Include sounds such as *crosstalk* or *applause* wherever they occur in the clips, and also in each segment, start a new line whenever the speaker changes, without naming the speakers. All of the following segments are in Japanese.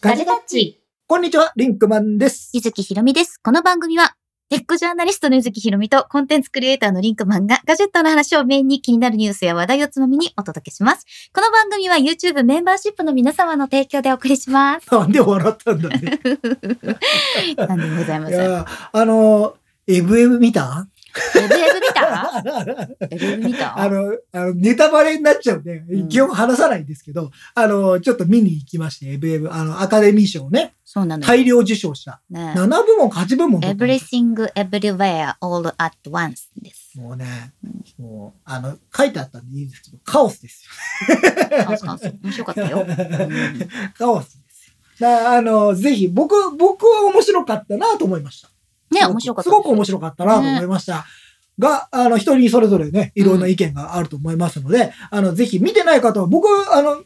ガジェタッチ。
こんにちは、リンクマンです。 *laughs*
ゆずきひろみです。この番組は、テックジャーナリストのゆずきひろみと、コンテンツクリエイターのリンクマンが、ガジェットの話をメインに気になるニュースや話題をつまみにお届けします。この番組は YouTube メンバーシップの皆様の提供でお送りし
*laughs*
ます。
なんで笑ったん
*laughs*
だね。
なんでございま
い
す。ウェ
やー、あの、エブエブ見た
ブウェブ見
*laughs*
*laughs* たウェブ見
あ
た
の、あの、ネタバレになっちゃうんで
うん、
基本話さないんですけど、あの、ちょっと見に行きまして、エブエブ、あの、アカデミー賞をね、
そうなのよ。
大量受賞した。
ね
7部門か8部門取ったんです
Everything, Everywhere, All at Once です。
もうね、もう、あの、書いてあったんでいいんですけど、カオスです
あそうそう面白かったよ
よ。。 *laughs* カオスですよ。だからあの、ぜひ、僕、僕は面白かったなと思いました。
ね、面白かった。
すごく面白かったなと思いました。が、あの、一人それぞれね、いろんな意見があると思いますので、あの、ぜひ見てない方は、僕、あの、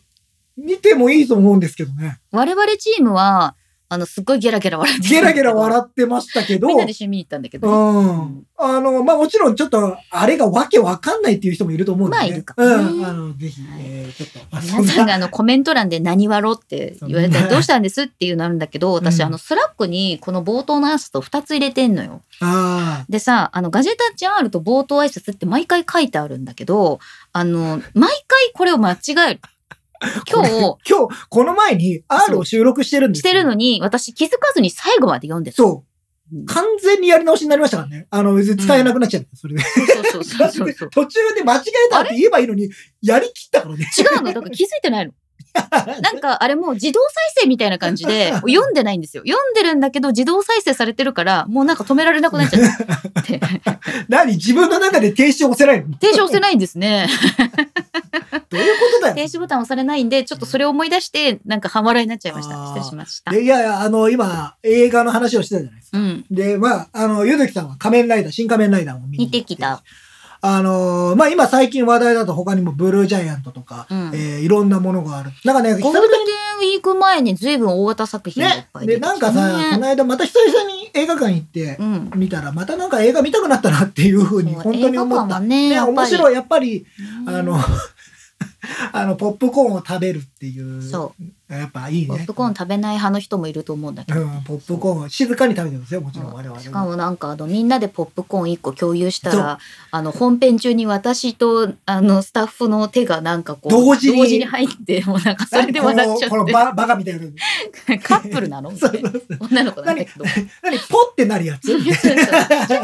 見てもいいと思うんですけどね。
我々チームは、あの、すっごいゲラゲラ笑って。
ゲラゲラ笑ってましたけど、
みんな
う
で一緒に見に行ったんだけどね、
ん。あの、まあ、もちろんちょっと、あれがわけわかんないっていう人もいると思うんで、ね。
まあいるか
うん。あの、ぜひ、
はい
えー、ちょっと、まあ
皆さんがあのコメント欄で何笑って言われたらどうしたんですっていうのあるんだけど、私
うん
あのスラックにこの冒頭の挨拶を2つ入れてんのよ。
あ
でさ、あのガジェタッチ R と冒頭挨拶って毎回書いてあるんだけど、あの、毎回これを間違える。今日
あ。今日、この前に R を収録してるんです
してるのに私気づかずに最後まで読んでた。
そう。完全にやり直しになりましたからね。あの、別に使えなくなっちゃった、それで。
そうそうそうそうそう。
途中で間違えたって言えばいいのに、やりきったからね。
違うの、だから気づいてないの。なんかあれもう自動再生みたいな感じで読んでないんですよ。読んでるんだけど自動再生されてるからもうなんか止められなくなっちゃった。で
*laughs* 何自分の中で停止を押せないの
停止押せないんですね。
どういうことだよ。
停止ボタン押されないんで、ちょっとそれを思い出して、なんか半笑いになっちゃいました。
あー
失礼しました。
でいやいや、あの、今、映画の話をしてたじゃないですか。
うん。
で、まあ、あの、ゆずきさんは仮面ライダー、新仮面ライダーを見に行
見てきた。
あのーまあ今最近話題だと他にもブルージャイアントとか、
うん
えーいろんなものがある。なんかね、
ゴー
久
ルデ
々
ン
に
ウィーク前に随分大型作品がいっ
ね
ぱい、
で、
出てき
な
た
んかさ、この間また久々に映画館行って
う、ん。
見たら、またなんか映画見たくなったなっていうふうに、
そう
本当に思
映画
っ
館
た。
はねやっぱり
面白い。やっぱり、
うん
あの、 *laughs* あの、ポップコーンを食べるっていう。
そう。
やっぱいいね。
ポップコーン食べない派の人もいると思うんだけど。
うん、ポップコーンを静かに食べてるんですよ、もちろん我々も。
しかもなんかあのみんなでポップコーン1個共有したらあの本編中に私とあのスタッフの手がなんかこう
同時に
入ってもうなんかそれで笑っちゃ
何このこの
って
ババカみたいな。
カップルなのみたいな女の子なんだけど
何ポってなるやつ
そうそうそう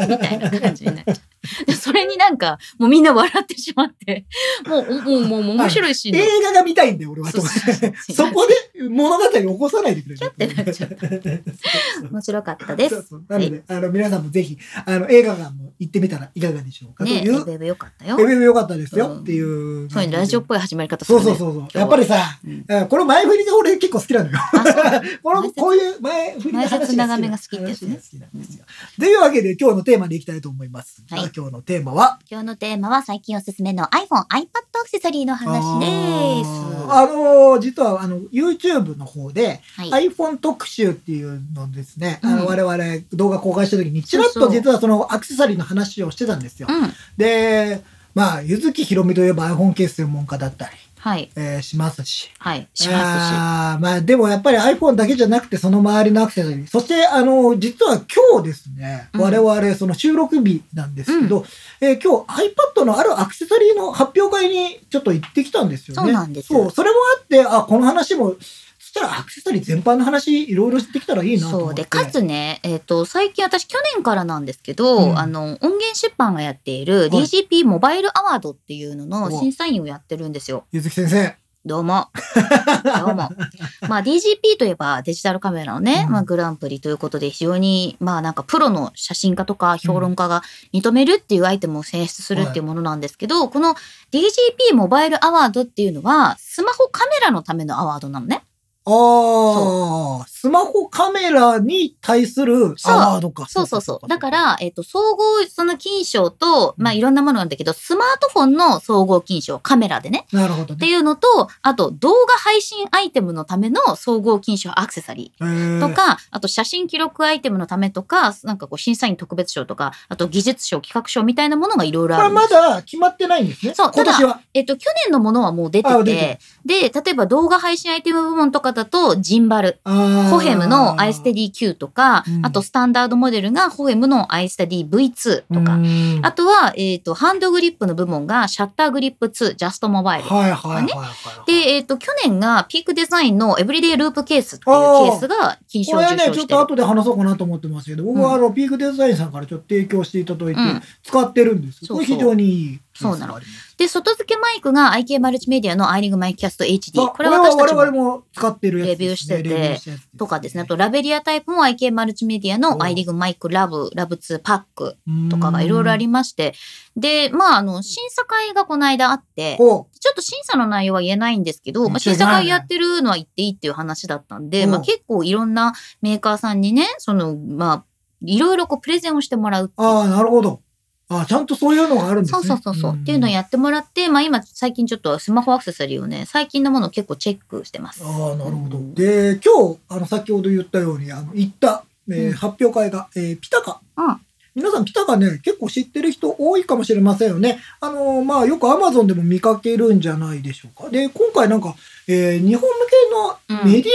みたいな感じになっちゃう。でそれになんか、もうみんな笑ってしまって、もう、もう、もう、もう面白いシーンだ
映画が見たいんだよ、俺は。
そうそうそう
そこで物語を起こさないでくれる。キャ
ってなっちゃった。 *laughs* 面白かったで
そう
す。
そうなので、あの、皆さんもぜひ、あの、映画館も行ってみたらいかがでしょうかと
ね
い
え、
う
ウ。ェブよかったよ。
レビュー良かったです
う
よ
ん
っていう。
そういうラジオっぽい始まり方す
そう
る
そ
ね。
うそうそう。やっ
今
ぱ
日
りさ、
うん
えーこの前振りが俺結構好きなのよ。
あそう
この
前説
こういう前振りの話が好きな
前説長めが好きってやつね
話が好きなんですよ。というわけで今日のテーマに行きたいと思います。
はい
今日のテーマは
今日のテーマは最近おすすめの iPhone、iPad アクセサリーの話です。
あーあのー実はあの YouTube の方で、
はい。
iPhone 特集っていうのですね、あ
う
の
ん
我々動画公開した時にちらっ
そう
と
そう
実はそのアクセサリーの話をしてたんですよ。
うん。
で、まあ、ゆずきひろみといえば iPhone ケース専門家だったり、
はい。
えーしますし、
はい。しま
あーまあでもやっぱり iPhone だけじゃなくてその周りのアクセサリー。そしてあの、実は今日ですね、
うん
我々その収録日なんですけど、えー今日 iPad のあるアクセサリーの発表会にちょっと行ってきたんですよね。
そうなんです
そう、それもあって、あ、この話も、そしたらアクセサリー全般の話いろいろしてきたらいい
すし。
なと思
そ
っ
う
て。
で、かつね、えっ、と、最近私去年からなんですけど、
うん
あの、音源出版がやっている DGP モバイルアワードっていうのの審査員をやってるんですよ。
ゆずき先生。
ど
*laughs*
うも。どうも。まあ DGP といえばデジタルカメラのね、
うん
まあ、グランプリということで非常にまあなんかプロの写真家とか評論家が認めるっていうアイテムを選出するっていうものなんですけど、この DGP モバイルアワードっていうのはスマホカメラのためのアワードなのね。
ああ、スマホカメラに対するアワードか。
そうそうそう。だか
あ
ら、えっ、と、総合その金賞と、まあ
うん
いろんなものなんだけど、スマートフォンの総合金賞、カメラでね。
なるほど
って
ね。
いうのと、あと動画配信アイテムのための総合金賞アクセサリー。
へー
とか、あと写真記録アイテムのためとか、なんかこう審査員特別賞とか、あと技術賞、企画賞みたいなものがいろいろ
こ
あ
れ
るんで。
ますだ決まってないんですね。
そう
今
ただ
年は。
えっと、去年のものはもう出て
あ
て
出て
で、例えば動画配信アイテム部門とかかだとジンバル。ホ
ホ
ヘムのアイステ
デ
ディ Q とか、
うん
あとスタンダードモデルがホヘムのアイステディ V2 とか、
うん
あとは、えっ、と、ハンドグリップの部門がシャッターグリップ2、ジャストモバイル。
はいはいはいはい。
で、えっ、と、去年がピークデザインのエブリデイループケースっていうケースが金賞
こ
を
れは
受
ね、
賞
ちょっ
して
と
る。
後で話そうかなと思ってますけど、僕はあの、ピークデザインさんからちょっと提供していただいて
うん、
使ってるんです。
そうそう
これ非常にいいケースが
そうなの
あります
で、外付けマイクが IK マルチメディアのアイリングマイクキャスト HD。
あ
これは私たち
我々
も
も使ってるやつですね。
レビューしてて
レビューしたやつ
とかですね。あと、ラベリアタイプも IK マルチメディアのアイリングマイクラブ、ラブ2パックとかがいろいろありまして。で、まあ、あの、審査会がこの間あって、
ほ
ちょっと審査の内容は言えないんですけど、ま
言
あ、審
って
査
ない
会やってるのは言っていいっていう話だったんで、
うん
まあ、結構いろんなメーカーさんにね、その、まあ、いろいろこうプレゼンをしてもらうって
う
いう。
ああ、なるほど。ああちゃんとそういうのがあるんです
そ
ね。
うそうそうそう、っていうのを
や
やってもらって、まあ今最近ちょっとスマホアクセサリーをね、最近のものを結構チェックしてます。
ああ、なるほど。で、今日、あの、先ほど言ったように、あの、行った、えー
うん
発表会が、えーピタカ。
うん
皆さん、ピタカね、結構知ってる人多いかもしれませんよね。あのーまあ、よくアマゾンでも見かけるんじゃないでしょうか。で、今回なんか、えー日本向けのメディア発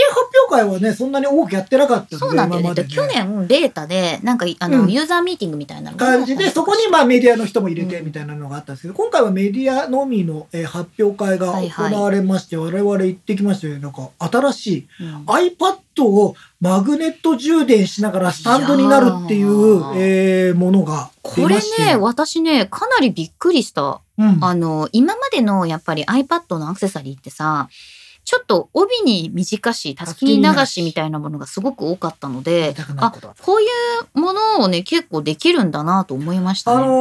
表会はね、そんなに多くやってなかったんで、
そうなんだよね。
今まで
で去年データで、なんかあの、
うん
ユーザーミーティングみたいなのが
感じで、そこにまあメディアの人も入れて
うん
みたいなのがあったんですけど、今回はメディアのみの、えー発表会が
はいはい
行われまして、我々行ってきましたよね。なんか新しい
うん
iPad をマグネット充電しながらスタンドになるっていう
いや、
えーものが出
これ
まして
ね、私ね、かなりびっくりした。
うん
あの、今までのやっぱり iPad のアクセサリーってさ、ちょっと帯に短し、たすきに流しみたいなものがすごく多かったので
痛く、なる
あ
ことだと
こういうものをね、結構できるんだなと思いまし
あ
たね。
の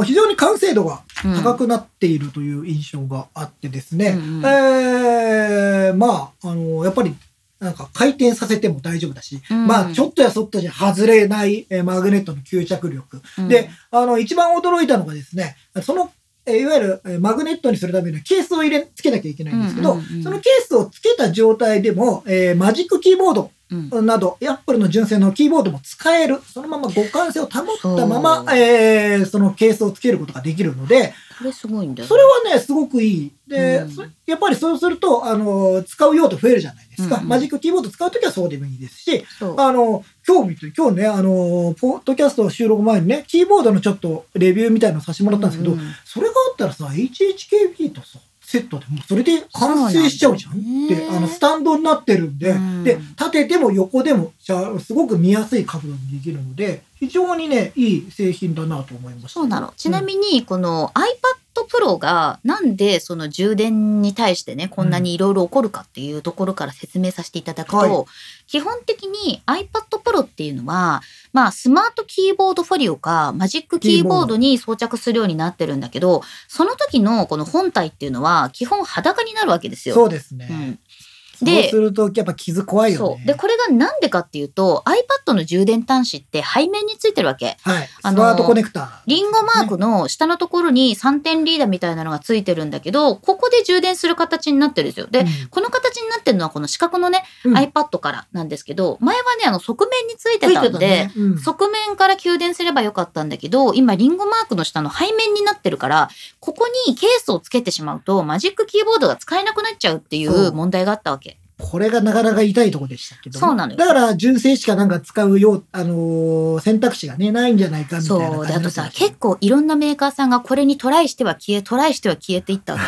ー非常に完成度が
うん
高くなっているという印象があってですね、
うんうん
えーまあ、あのーやっぱりなんか回転させても大丈夫だし、
うん
まあちょっとやそっとじゃ外れない、えーマグネットの吸着力、
うん
で、あの、一番驚いたのがですね、その、えーいわゆるえーマグネットにするためにはケースを入れ、つけなきゃいけないんですけど、
うんうんうん
そのケースをつけた状態でも、えーマジックキーボー
うん
ドなど、アップルの純正のキーボードも使える、そのまま互換性を保ったまま、
そう
えーそのケースをつけることができるので、
これすごいんだよね。
それはね、すごくいい。で、
うん
そやっぱりそうすると、あの、使う用途増えるじゃないですか。
うんうん
マジックキーボード使うときはそうでもいいですし、
そう
あの、今日見て、今日ね、あの、ポッドキャスト収録前にね、キーボードのちょっとレビューみたいなのさせてもらったんですけど、
うんうん
それがあったらさ、HHKB とさ、セットでもうそれで完成しちゃうじゃん
そうなんだ
っ
よね
て、あの、スタンドになってるんで、
うん
で、縦でも横でも、じゃあすごく見やすい角度にできるので、非常にね、いい製品だなと思いました。
そうなの。ちなみに、この iPad Pro がなんでその充電に対してね、こんなにいろいろ起こるかっていうところから説明させていただくと、
はい
基本的に iPad Pro っていうのは、まあスマートキーボードフォリオかマジックキーボードに装着するようになってるんだけど、その時のこの本体っていうのは基本裸になるわけですよ。
そうですね。
うん
そう
です
ると、やっぱ傷怖いよね。
そう。で、これがなんでかっていうと、iPad の充電端子って背面についてるわけ。
はい。ス
あの
マートコネクター、
リンゴマークの下のところに3点リーダーみたいなのがついてるんだけど、ここで充電する形になってるんですよ。で、
うん
この形になってるのはこの四角のね、
うん
iPad からなんですけど、前はね、あの側面につい
つ
て
い
た
て
ん
た
で、
ねうん
側面から給電すればよかったんだけど、今リンゴマークの下の背面になってるから、ここにケースをつけてしまうと、マジックキーボードが使えなくなっちゃうってい
そうう
問題があったわけ。
これがなかなか痛いとこでしたけど。
そうなのよ
だから、純正しかなんか使うよう、あのー選択肢がね、ないんじゃないかみたいな感じ
そう。で、あとさ、
結
結
構
構いろんなメーカーさんがこれにトライしては消え、トライしては消えていったわ
*laughs*
け。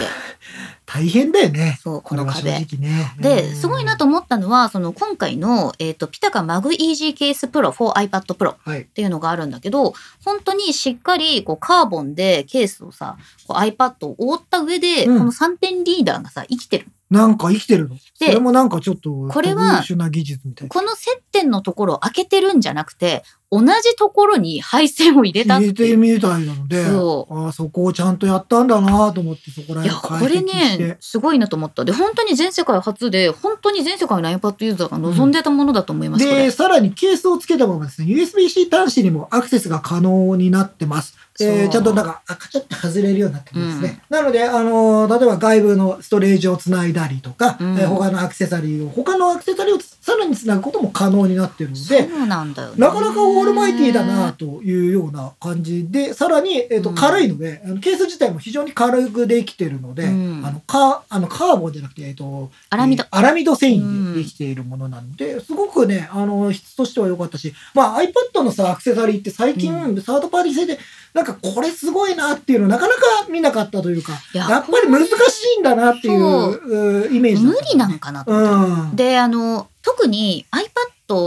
大変だよね。
そう、こ
これ
の
は
壁
正。直ね。う
で、
ん
すごいな。と思ったのは、その今回の、えっ、と、ピタカマグイージーケースプロ for iPad Pro っ
はい。
ていうのがあるんだけど、本当にしっかり、こう、カーボンでケースをさ、こう iPad を覆った上で、
うん
この3点リーダーがさ、生きてる。
なんか生きてるの。そ
で
れもなんかちょっと、
これは
特殊な技術みたいな。
この接点のところを開けてるんじゃなくて、同じところに配線を入れたっ
入
て
れて
いう。
みたいなので、
そ
あーそこをちゃんとやったんだなと思って、そこら
いや、
辺解
こ
析
れ
して。
ね、すごいなと思った。で、本当に全世界初で、本当に全世界の iPad ユーザーが望んでたものだと思います、これ
で、さらにケースをつけたままですね、USB-C 端子にもアクセスが可能になってます。え
そ
ー、
う
ちゃんとなんか、あカチャって外れるようになってますね。なので、あのー例えば外部のストレージをつないだりとか、
うん
えー他のアクセサリーを、他のアクセサリーをさらにつなぐことも可能になってるので、
そうなんだよね。
なかなかオールマイティーだなというような感じで、さらに、えっと
うん
軽いので、あのケース自体も非常に軽くできてるので、
うん
あのカあのカーボンじゃなくて、えっと
アラミド
えーアラミド繊維でできているものなので、すごくね、あの、質としては良かったし、まあ iPad のさ、アクセサリーって最近、
う
サードパーティー製で、なんかこれすごいなっていうのなかなか見なかったというか、
いや
やっぱり難しいんだなっていう
そう
うーイメージだ
無
った
理なんかなと思って
うん。
であの特に iPad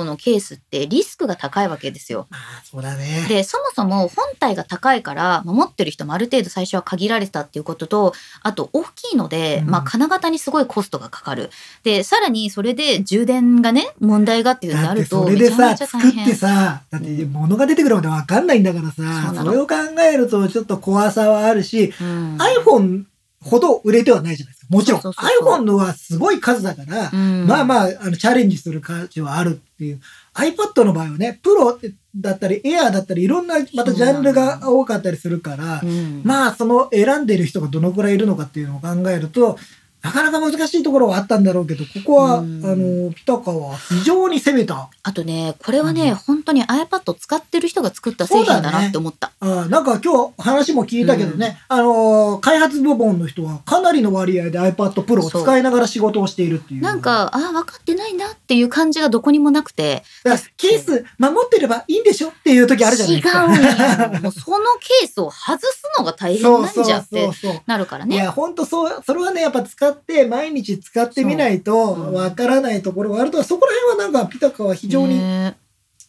のケースってリスクが高いわけですよ。
まあ、そうだね。
でそもそも本体が高いからまあ持ってる人もある程度最初は限られてたっていうこととあと大きいので、
うん
まあ、金型にすごいコストがかかるでさらにそれで充電がね問題がっていうのに
だっ
な
て
ると
それ
め
で
ちゃ
さ
めちゃ
作
大
って
変
さだって物が出てくるまでわかんないんだからさ
そうな
そ
の
れを考えるとちょっと怖さはあるし、
うん
iPhone ほど売れてはないじゃないですかもちろん
そうそうそうそう
iPhone のはすごい数だから、
うん
まあまああのチャレンジする価値はあるっていう iPad の場合はねプロだったり Air だったりいろんなまたジャンルが多かったりするから、
うん
まあその選んでる人がどのくらいいるのかっていうのを考えるとなかなか難しいところはあったんだろうけどここは、
うん
あのピタカは非常に攻めた
あとねこれはね、
うん
本当に iPad を使ってる人が作った製品だなって思った。
あーなんか今日話も聞いたけどね、あのー開発部門の人はかなりの割合で iPad Pro を使いながら仕事をしているっていう。
なんかああ分かってないなっていう感じがどこにもなくて
だからケース守ってればいいんでしょっていう時あるじゃないですか。
違うんよもうそのケースを外すのが大変なんじゃって
うそう。
なるから
い
ね。
や本当そうそれはねやっぱ使って毎日使ってみないと
そううん
わからないところがあるとそこら辺はなんかピタカは非常に、
ね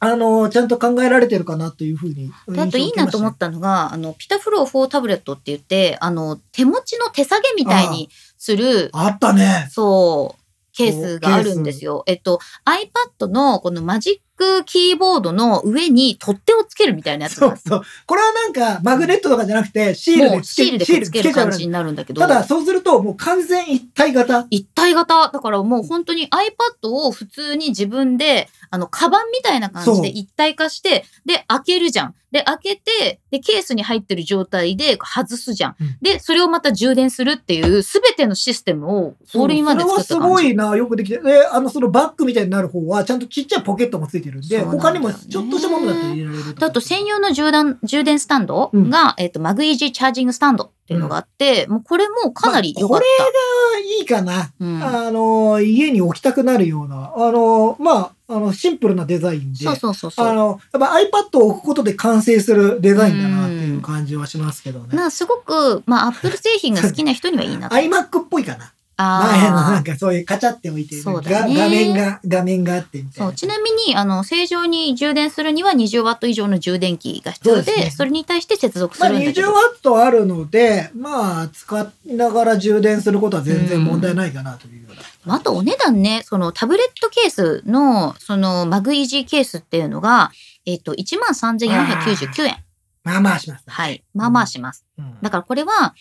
あのーちゃんと考えられてるかなというふうに
であといいなと思ったのがあのピタフロー4タブレットって言ってあの手持ちの手下げみたいにする
あったね
そうケースがあるんですよ。えっと iPad のこのマジックキーボードの上に取っ手をつけるみたいなやつ
そ
が
うそうこれはなんかマグネットとかじゃなくてシール
も
で
うシールでくっつける
ちゃう
感じになるんだけど
ただそうするともう完全一体型
一体型だからもう本当に iPad を普通に自分であのカバンみたいな感じ
そう
で一体化してで開けるじゃんで開けてでケースに入ってる状態で外すじゃん、
うん
でそれをまた充電するっていう全てのシステムをオールインワンで作った
それは
感
すご
じ
いなよくできてであのそのバッグみたいになる方はちゃんとちっちゃいポケットもついてるんで
そうなんだ
他
よ
に
ね
もちょっとしたものだって入れられる
であと専用の充電充電スタンドが、
うん
えっとマグイージーチャージングスタンドっていうのがあって、もうこれもかなり良かっ
いいかな、
た、うん
あの家に置きたくなるようなあのまああのシンプルなデザインで
そうそうそうそう
あのやっぱ iPad を置くことで完成するデザインだなっていう感じはしますけどね、
なすごく、まあ、アップル製品が好きな人にはいいなと。
iMac っぽいかな前の
あ
な
あ
ん。かそういうカチャって置いてる、
そ
が
うだね
画面が画面があってみたい
そ
な
うちなみにあの正常に充電するには 20W 以上の充電器が必要で
そ
そ,、
うですね
れに対して接続す
まあ、
るんだけ
20
ど、
ワットあるので、まあ、使いながら充電することは全然問題ないかなというような。
まあ、あとお値段ねそのタブレットケースのそのマグイージーケースっていうのが、えっと1万3499円
まあまあしますね。
はいまあまあします
うん
だからこれは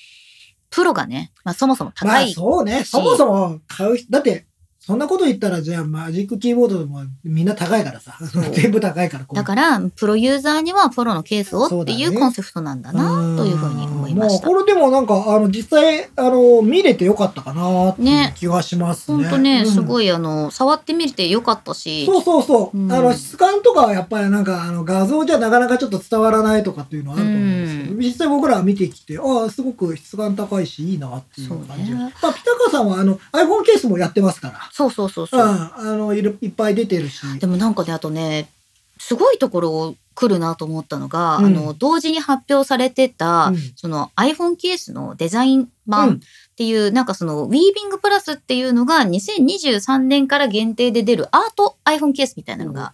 プロがね、まあ、そもそも
ま
高
あ
い、
そうね。そもそも買う人、だって、そんなこと言ったら、じゃあマジックキーボードでもみんな高いからさ。
う
全部高いから、こう
だからプロユーザーにはプロのケースをってい
そう
う
だね
コンセプトなんだなというふうに思いました
うんもうこれでもなんか、あの、実際、あの、見れてよかったかなっていう
ね
気がしますね。
本当ね、
うん
すごいあの触ってみてよかったし
そうそうそう、
うん
あの質感とかはやっぱりなんかあの画像じゃなかなかちょっと伝わらないとかっていうのはあると思うんですけど、
う
実際僕らは見てきてああすごく質感高いしいいなっていう感じ
そ
が、
うね
まあ、ピタカさんはあの iPhone ケースもやってますか
そうそうそうそう
ら、うん、あのいるいっぱい出てるし
でもなんかねあとねすごいところを来るなと思ったのが、
うん
あの同時に発表されてた、
うん
その iPhone ケースのデザイン
う
版
ん
っていう、なんかそのウィービングプラスっていうのが2023年から限定で出るアート iPhone ケースみたいなのが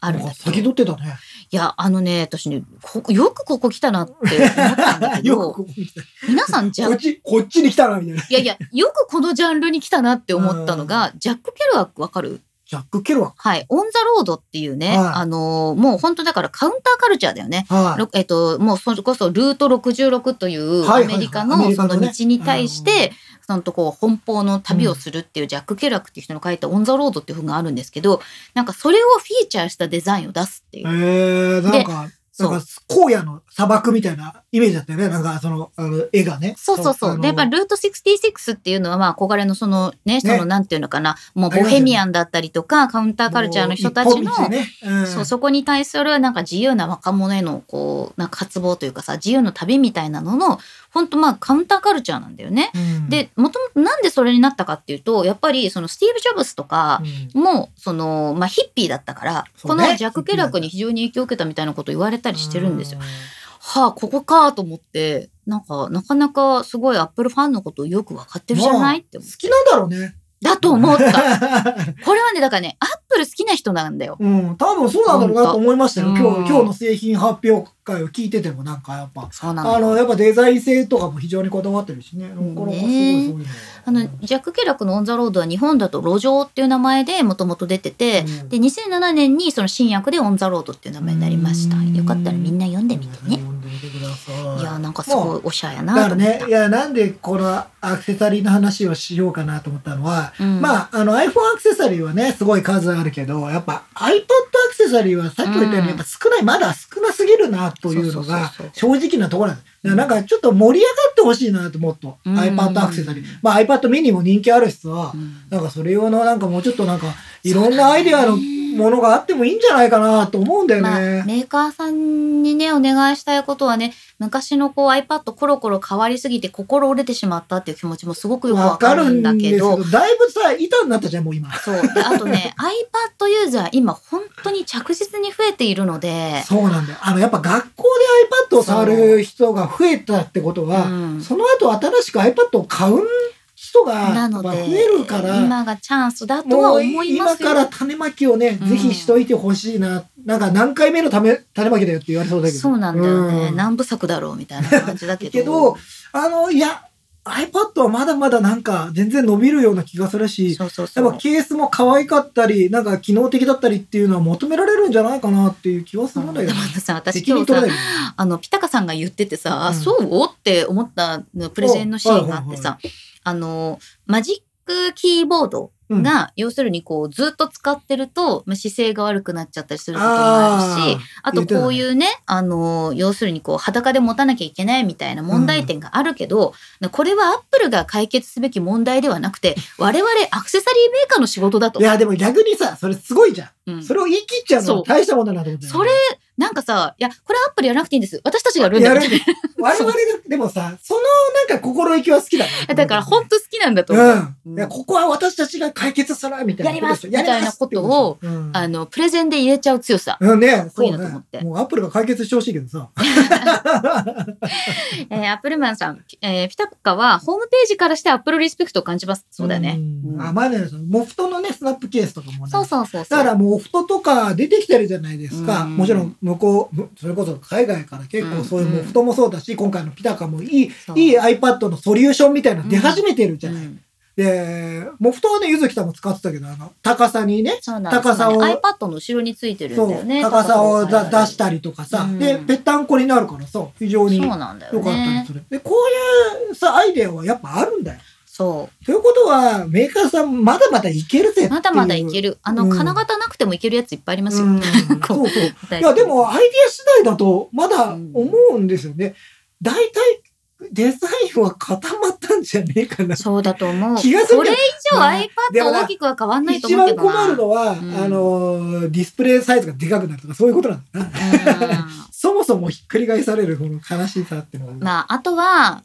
あるん
なん
だ
か
けど、
先
い
取ってたね。
やあのね私ねここよくここ来たなって思ったんだ
*laughs*
け
よく
ど
ここ見た
皆さんじゃ
こっちこっちに来たなみたいな。
いやいやよくこのジャンルに来たなって思ったのがジャック・ケルワックわかる
ジャック・ケルワ
はい、オン・ザ・ロードっていうね、
はい
あのーもう本当だからカウンターカルチャーだよね。
ー。はい。
ろえっと、もうそれこそルート66という
はいは
ア
いはい
メリカ
アメ
の
リカ
そ
のね
の道に対して、そのとこう奔放の旅をするっていうジャック・ケラックっていう人の書いたオン・ザ・ロードっていう本があるんですけど、なんかそれをフィーチャーしたデザインを出すってい
え
う。
ー、なんか
そ
な
うん
か荒野の砂漠みたいなイメージだったよね。なんかその、あの、絵がね。
そうそうそ
あ
う。
の
で、やっぱルート66っていうのは、まあ、憧れのそのね、その、なんていうのかな、もうボヘミアンだったりとか、カウンターカルチャーの人たちの
もう一、本道でねうん
そう、そこに対する、なんか自由な若者への、こう、なんか渇望というかさ、自由の旅みたいなのの、本当まあ、カウンターカルチャーなんだよね。
うん
で、もともとなんでそれになったかっていうと、やっぱり、そのスティーブ・ジョブスとか、
うん
もう、その、まあ、ヒッピーだったから、
そ
こ
うね
のジャック・ケラックに非常に影響を受けたみたいなことを言われたりしてるんですよ。
う
はあ、ここかと思って、なんか、なかなかすごいアップルファンのことをよくわかってるじゃないっ
好
て思う。
きなんだろうね。
だと思った。これはね、だからね、アップル好きな人なんだよ。
*laughs* うん、多分そうなんだろうなと思いましたよ。
うん
今日、今日の製品発表会を聞いてても、なんかやっぱ、
そうなんだ
あ
よ。
の、やっぱデザイン性とかも非常にこだわってるしね。だからす
ん
ごいそういうの
あの、ジャック・ケラックのオン・ザ・ロードは日本だと路上っていう名前でもともと出てて、
うん
で、2007年にその新訳でオン・ザ・ロードっていう名前になりました。
うん
よかったらみんな読んでみてね。
読んでみてください。
いや、なんかすごいおしゃれやな
だか
と
ら
思っ
ね
た。、
いや、なんでこのアクセサリーの話をしようかなと思ったのは、
うん
まあ、あの iPhone アクセサリーはね、すごい数あるけど、やっぱ iPad アクセサリーはさっきも言ったように、
うん
やっぱ少ない、まだ少なすぎるなというのが
そうそう
正直なところなんです。だからなんかちょっと盛り上がってほしいなと、もっと。
うん
iPad アクセサリー。まあ iPad mini も人気あるしさ
う、ん
なんかそれ用のなんかもうちょっとなんか、いろん
そうだ
な
ね
アイデアのものがあってもいいんじゃないかなと思うんだよ
まあ、
ね。
メーカーさんにねお願いしたいことはね昔のこう iPad コロコロ変わりすぎて心折れてしまったっていう気持ちもすごくよくわ
わ
か
か
る
る
ん
ん
だ
だ
け
け
ど
ど、だいぶさ、板になったじゃん、もう今。
そうであと
*laughs*
ね iPad ユーザー今本当に着実に増えているので
そうなんだよ。あの、やっぱ学校で iPad を触る人が増えたってことは、
うん
その後新しく iPad を買う人がや
な
っぱ
の
増
で
えるから、
今がチャンスだとは
もう
思いま
今
すよ
から種まきをね、
うん
ぜひしといてほしいな。なんか何回目のため種まきだよって言われそうだけど。
そうなんだよね、
うん
何部作だろうみたいな感じだけ
*laughs*
ど
けど、あの、いや、iPad はまだまだなんか全然伸びるような気がするし、
そうそう
や
そ
っぱ
う
ケースも可愛かったり、なんか機能的だったりっていうのは求められるんじゃないかなっていう気はす
う
るん
ん
だ
で
よね
も。さ私
責
今
任
日さ
取れないよね。
あの、ピタカさんが言っててさ、あ
うん
そうって思ったのプレゼンのシーンがあって
お
さ、あの、マジックキーボード
うん
が、要するにこう、ずっと使ってると、まあ、姿勢が悪くなっちゃったりすることもあるし、あとこういうね、あの、要するにこう、裸で持たなきゃいけないみたいな問題点があるけど、これはアップルが解決すべき問題ではなくて、我々アクセサリーメーカーの仕事だと
い。や、でも逆にさ、それすごいじゃ
うん
ん。それを言い切っちゃうの
そ
は
う
大したものだなと思って。
それ、なんかさ、いや、これアップルやらなくていいんです。私たちがやるんだ
や
よ
るんです。我々が、でもさ、そのなんか心意気は好きだな。
*laughs* だから本当好きなんだと
う
思う。
ん。いや、ここは私たちが解決するみたいなことでしょ。
やります
ってこでしょうん
あの、プレゼンで入れちゃう強さ。
うんね、
こいい
そ
な
う
と思って
ね。もうアップルが解決してほしいけどさ。
えー、アップルマンさん、えーピタカはホームページからしてアップルリスペクトを感じます。そうだよね。
ん
うん
あ、まだね、そのモフトのね、スナップケースとかもね
そうそうそうそう。
だからもうオフトとか出てきてるじゃないですか、
うん
もちろん向こうむそれこそ海外から結構そういう
うん
もうオフトもそうだし、今回のピタカもいい
そう
いい iPad のソリューションみたいなの出始めてるじゃない、
うん
でモフトはねゆずきさんも使ってたけどあの高さにね
そうなん
高さを
そうだね iPad の後ろについてるん
そう
だよね。。
高さをだ出したたりとかさ、
うん
でぺったんこになるからさ非常
そう
に良か
なんだよ
ったり
ね
す。る、でこういうさアイデアはやっぱあるんだよ
そ。
ということはメーカーさんまだまだいけるぜっていうう
まだまだいける。あの、
うん
金型なくてもいけるやついっぱいありますよ。 *laughs*
うんそうそういやでもアイディア次第だとまだ思うんですよね。大体デザインは固まったんじゃねえかな。
そうだと思う。
気がする
これ以上
まあ
iPad
でもな
大きくは変わんないと
一
思うけ
番
どな。
困るのは、
うん
あのディスプレイサイズがでかくなるとかそういうことなんだな。
うん
そもそもひっくり返されるこの悲しさっていうのが、
まあ、あとは、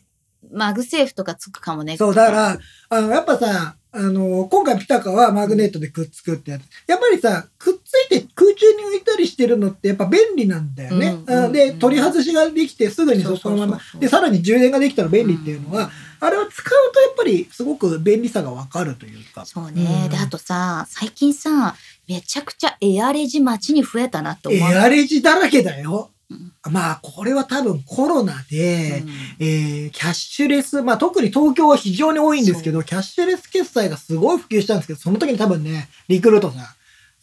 マグセーフとかつくかもね。
そうだからあのやっぱさあの今回ピタカはマグネットでくっつくってやつやっぱりさくっついて空中に浮いたりしてるのってやっぱ便利なんだよね。
うん
あで取り外しができてすぐにそこのまま
そうそうそうそう
でさらに充電ができたら便利っていうのは、あれを使うとやっぱりすごく便利さがわかるというか。
そうね、
うん
であとさ最近さめちゃくちゃエアレジ街に増えたなって思
エ
う、
アレジだらけだよ
うん。
まあこれは多分コロナで、
うん
えーキャッシュレス、まあ特に東京は非常に多いんですけど、キャッシュレス決済がすごい普及したんですけど、その時に多分ね、リクルートさん、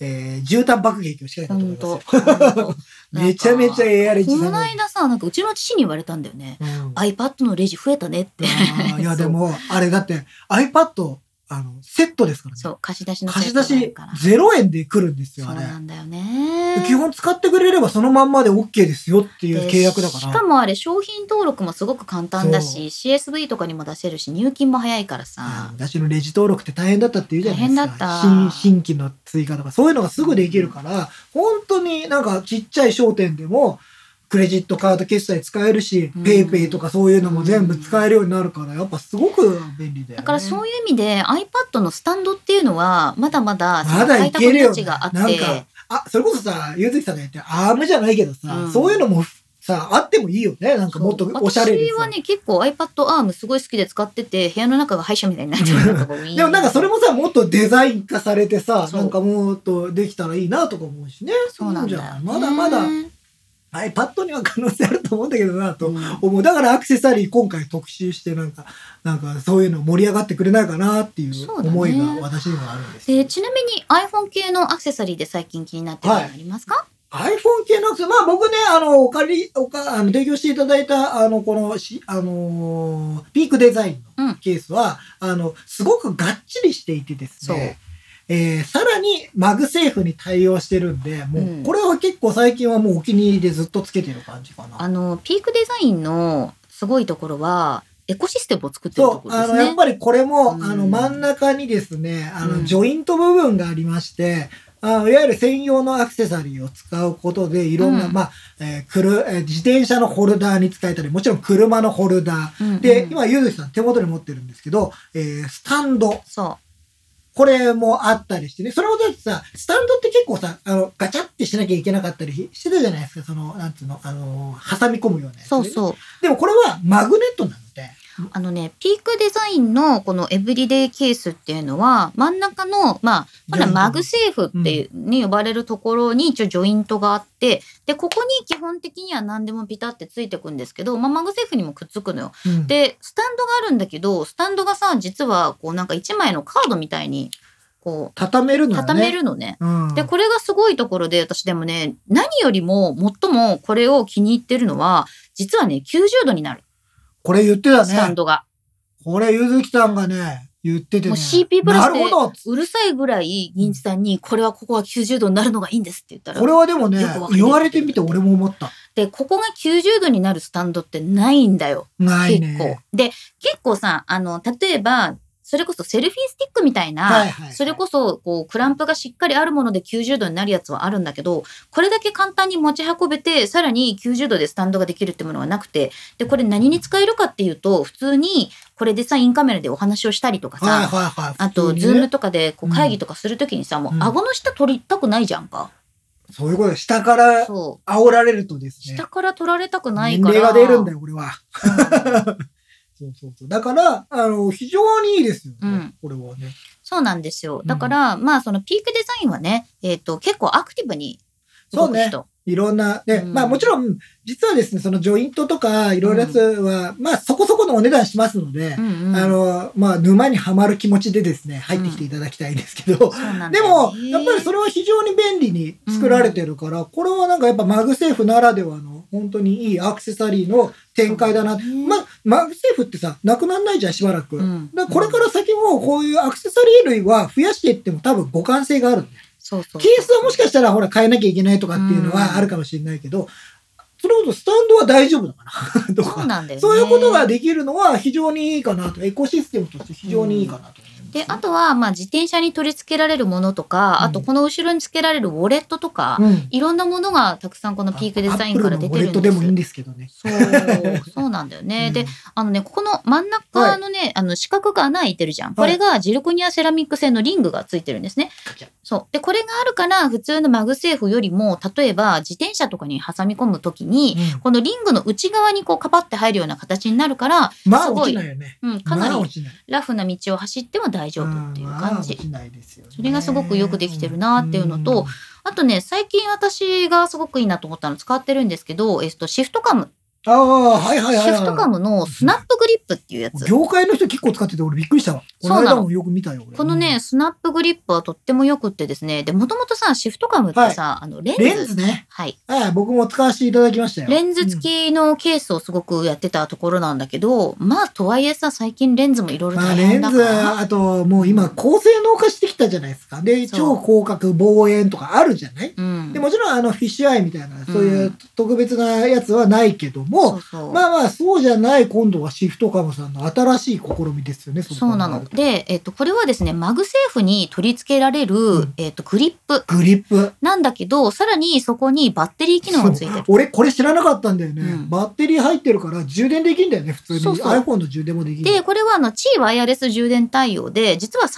えー、絨毯爆撃を仕掛
ほ
けた
ん
と思い
と
ますよ。
ほんと
*laughs* めちゃめちゃエアレジ
こ
だ
の
な。
間さなんかうちの父に言われたんだよね
うん
iPad のレジ増えたねって
あーいや
そう
でも、あれだって iPad、あの、セットですからね。
そう、貸し出しの
貸
セ
し
ット
出
がある
し
から。
0円で来るんですよ、
そう
あれ。
なんだよね。
基本使ってくれればそのまんまで OK ですよっていう契約だか
でし
ら
か。もあれ商品登録もすごく簡単だし CSV とかにも出せるし入金も早いから
あ
さ
の私のレジ登録って大変だったって言うじゃないですか。
大変だった
新新規の追加とか、そういうのがすぐできるから、本当になんかちっちゃい商店でも、クレジットカード決済使えるし、
うん
ペイペイとかそういうのも全部使えるようになるから、やっぱすごく便利だよね。
だからそういう意味で iPad のスタンドっていうのはまだまだ
まだいける
の
よ
余地
ね。
があ
な
っ
ん
て
か、あ、それこそさ、ゆずきさんが言って、アームじゃないけどさ、
うん
そういうのもさ、あってもいいよね。なんかもっとおしゃれで
私
さ。
はね結構 iPad アームすごい好きで使ってて部屋の中が歯医者みたいになってるのとかもい
*laughs*
い
でもなんかそれもさ、もっとデザイン化されてさ、
そう
なんかもっとできたらいいなとか思うしね。
そうなんだよ
いい
ね、
んじゃないまだまだ
うん
iPad には可能性あると思うんだけどなと思う。だからアクセサリー今回特集してなんか、なんかそういうの盛り上がってくれないかなっていう
そうだね
思いが私にはあるんですよ。
でちなみに iPhone 系のアクセサリーで最近気になってるのありますか、
iPhone 系のアクセサリーまあ僕ね、あの、お借り、おか、あの、提供していただいた、あの、この、し、あのーピークデザイン
うん
のケースは、あの、すごくがっちりしていてです
そう
ね。えーさらにマグセーフに対応してるんで、も
うん
う、これは結構最近はもうお気に入りでずっとつけてる感じかな。
あのピークデザインのすごいところはエコシステムを作ってると
そ
こ
う、
ろで
あ
す
の、やっ
ね。
ぱりこれも、
うん
あの、真ん中にですね、あ
うん
の、ジョイント部分がありまして、あのいわゆる専用のアクセサリーを使うことで、いろんな、
うん
まあ、えーくる、えー自転車のホルダーに使えたり、もちろん車のホルダ
うんう
ー。
ん
で、今、ゆずきさん手元に持ってるんですけど、えースタンド。
そ
これもあったりしてね。それもだってさ、スタンドって結構さ、あの、ガチャってしなきゃいけなかったりしてたじゃないですか。その、なんつうの、あの、挟み込むようなや
う
つ、
そうそう
でもこれはマグネットなので、
あのねピークデザインのこのエブリデイケースっていうのは真ん中のまあほら
ジョイント
マグセーフっていうに呼ばれるところに一応ジョイントがあってでここに基本的には何でもピタってついてくんですけど、まあ、マグセーフにもくっつくのよ。
うん
でスタンドがあるんだけどスタンドがさ実はこうなんか1枚のカードみたいにこ
畳める
う
のよね。
畳めるのね。
うん
でこれがすごいところで私でもね何よりも最もこれを気に入ってるのは実はね90度になる
これ言ってた
スタン
ね。
ドが、
これゆずきさんがね、言っててね。
もう CP プラスで
なるほど。
うるさいぐらい銀次さんにこれはここは90度になるのがいいんですって言ったら
これはでもね
よくわか、る
言われてみて俺も思った。
でここが90度になるスタンドってないんだよ
ない
結構
ね。。
で結構さあの例えばそれこそセルフィースティックみたいな、
はいはいはい
それこそこうクランプがしっかりあるもので90度になるやつはあるんだけどこれだけ簡単に持ち運べてさらに90度でスタンドができるってものはなくてでこれ何に使えるかっていうと普通にこれでさインカメラでお話をしたりとかさ、
はいはいはい。
あ
普
と、
通に
ズ
ね
ームとかでこう会議とかするときにさ、もう
うん
顎の下取りたくないじゃんか。
そういうこと下から
そ
煽られるとで
う。
すね
下。から取られたくない
年
から。
齢が出るんだよ、俺は。
う
*laughs*
ん
そうそうそう。だから、あの、非常にいいですよ
う
ね
ん。
これはね。
そうなんですよ。
ん
だから、まあそのピークデザインはね、えっ、と結構アクティブに動く人。
いろんな、ね、
うん
まあもちろん、実はですね、そのジョイントとか、いろいろやつは、まあそこそこのお値段しますので、
うんうん
あの、まあ、沼にはまる気持ちでですね、入ってきていただきたいんですけど、
そうな
*laughs*
んだ
で
よ
も
ね、
やっぱりそれは非常に便利に作られてるから、これはなんかやっぱマグセーフならではの、本当にいいアクセサリーの展開だな。
そうね
ま、マグセーフってさ、なくならないじゃん、しばらく。
うん
だからこれから先もこういうアクセサリー類は増やしていっても多分互換性があるんだよ。
そうそう
ケースはもしかしたらほら変えなきゃいけないとかっていうの
うん
はあるかもしれないけど、それこそスタンドは大丈夫だ *laughs* から。と
そう
か
なんだよね。
そういうことができるのは非常にいいかなと。エコシステムとして非常にいいかなと思いますね、
であとは、まあ、自転車に取り付けられるものとか、
うん
あとこの後ろに付けられるウォレットとか、
うん、
いろんなものがたくさんこのピークデザインから出てるん
アップルのウォレット
で
ですもいいんですけどね。
そうそうなんだよね。
うん
であのねここの真ん中のね、あの四角が穴開いてるじゃん。これがジルコニアセラミック製のリングがついてるんですね。そう。で、これがあるから、普通のマグセーフよりも、例えば自転車とかに挟み込むときに、このリングの内側にこうカパって入るような形になるから、
まあ
すご
落
い
ちないよね。
うん、か
ま
な
あ
り
落ちない。
ラフな道を走っても大丈夫っていう
まあ
感
落
じ。
ちないですよね
それがすごくよくできてるなっていうの
う
と
ん
あとね、最近私がすごくいいなと思ったの使ってるんですけど、えっと、シフトカムっ
ああ、はいはいはい、
シ
はい。
ェフトカムのスナップグリップっていうやつ。
業界の人結構使ってて、俺びっくりしたわ。この
そうなの
間もよく見たよ。俺
このね、、スナップグリップはとってもよくってですね。で、もともとさ、シフトカムってさ、あの、レンズ。
レンズね。
はい。
はい、僕も使わせていただきましたよ。
レンズ付きのケースをすごくやってたところなんだけど、まあ、とはいえさ、最近レンズもいろいろ
まあ、
大
レ
変
ン
だか
ズ、
ら。
あと、もう今、高性能化してきたじゃないですか。で、
そう
超広角、望遠とかあるじゃない
うん。
で、もちろん、あの、フィッシュアイみたいな、そういううん特別なやつはないけど
そ
も
う、そう。
まあまあ、そうじゃない、今度はシフトカムさんの新しい試みですよね、こ
そうなの。で、えっと、これはですね、マグセーフに取り付けられる、
ん
えっと、グリップ
グリップ。
なんだけど、さらにそこにバッテリー機能がついてる。
俺、これ知らなかったんだよね。
うん
バッテリー入ってるから、充電できんだよね、普通に。
そうそう
iPhone の充電もできる。
で、これはあの、チーワイヤレス充電対応で、実は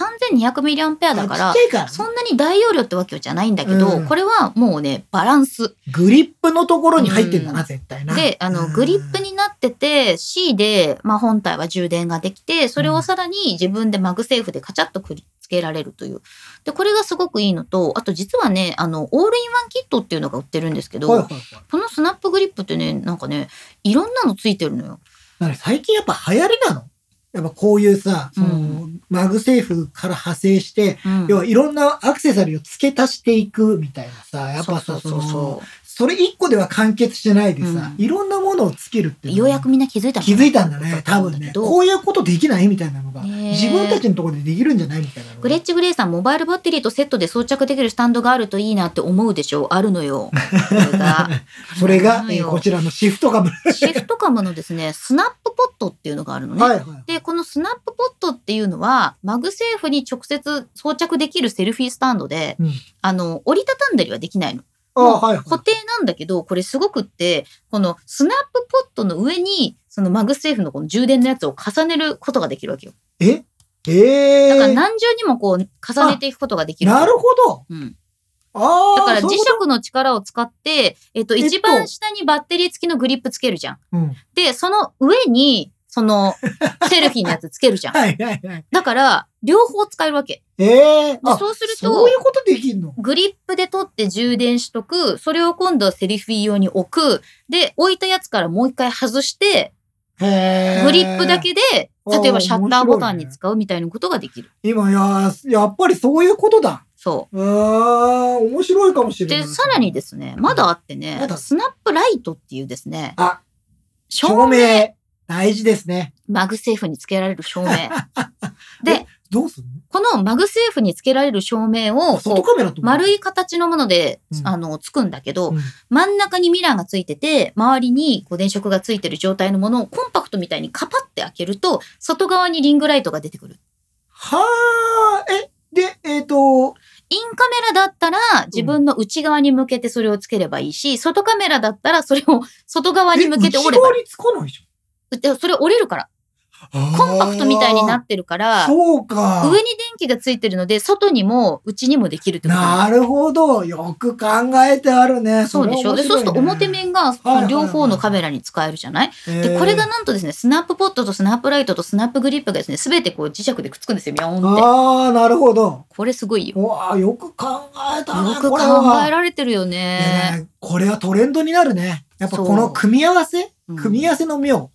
3200mAh だか
あ
ら
ちっ、ちゃいからね、
そんなに大容量ってわけじゃないんだけど、
うん
これはもうね、バランス。
グリップのところに入ってんだな、
うん
絶対な。
で、あの、
うん
グリップになってて、C で、まあ、本体は充電ができて、それをさらに自分でマグセーフでカチャッとくり付けられるという。で、これがすごくいいのと、あと実はね、あの、オールインワンキットっていうのが売ってるんですけど、
はいはいはい
このスナップグリップってね、なんかね、いろんなのついてるのよ。
だから最近やっぱ流行りなのやっぱこういうさ、その
う
マグセーフから派生して、
うん
要はいろんなアクセサリーを付け足していくみたいなさ、やっぱさ、そのそれ一個では完結してないでさ、
う
いろんなものをつけるっていうの
よ
が
うやくみんな気づいたの
気づいたんだね、多分ね。
ど
こういうことできないみたいなのが、
ねえ
自分たちのところでできるんじゃないみたいなのが
グレッチグレイさん、モバイルバッテリーとセットで装着できるスタンドがあるといいなって思うでしょあるのよ。これが
*laughs* それ
あ
が
る、の
えー
よ
こちらのシフトカム。
シフトカムのですね、スナップポットっていうのがあるのね。
はいはい。
で、このスナップポットっていうのは、マグセーフに直接装着できるセルフィースタンドで、
うん
あの、折りたたんだりはできないの。
ああ、はいはい。
固定なんだけど、これすごくって、このスナップポットの上に、そのマグセーフのこの充電のやつを重ねることができるわけよ。
ええー
だから何重にもこう重ねていくことができる。
なるほど。
うん。
ああ、
だから
そう
磁
いうこ
石の力を使って、えっと、
えっと
一番下にバッテリー付きのグリップつけるじゃん。
とうん
で、その上に、その、
*laughs*
セルフィーのやつつけるじゃん。
はいはいはい。
だから、両方使えるわけ。
ええ
で
あ
そうする
そう
と
い、うことできんの
グリップで取って充電しとく、それを今度はセルフィー用に置く、で、置いたやつからもう一回外して、
へえ
グリップだけで、
あー
例えばシャッターボタン
面白
に
いね
使うみたいなことができる。
今ややっぱりそういうことだ
そう
ーん面白いかもし
う。
れ
で、
ない
さらにですね、まだあってね
まだ、
スナップライトっていうですね、
あ
照
照明大事ですね
マグセーフにつけられ
*laughs*
る照明。で、
どうすん
このマグセーフにつけられる照明を
の外
こ
カメラと
う
か
丸い形のもので、
うん
あの、つくんだけど、
うん
真ん中にミラーがついてて、周りにこう電飾がついてる状態のものをコンパクトみたいにカパって開けると、外側にリングライトが出てくる。
はあえでえっ、と
インカメラだったら自分の内側に向けてそれをつければいいし、外カメラだったらそれを外側に向けて折れば
え内側につかないでしょ
いい。それ折れるから。コンパクトみたいになってるから、上
そうか
に電気がついてるので、外にも内にもできるってこと
なるほどよく考えてあるね
そうでしょ。で、そうすると表面が
はいはいはい
両方のカメラに使えるじゃないで、
で
これがなんとですね、スナップポットとスナップライトとスナップグリップがですね、すべてこう磁石でくっつくんですよ、ビョーンって。
ああなるほど
これすごいよ。よ
うわあよく考えたね
く考
これは
えられてるよ
いや
ね。
ねこれはトレンドになるね。やっぱこの組み合わせ
うん
組み合わせの妙。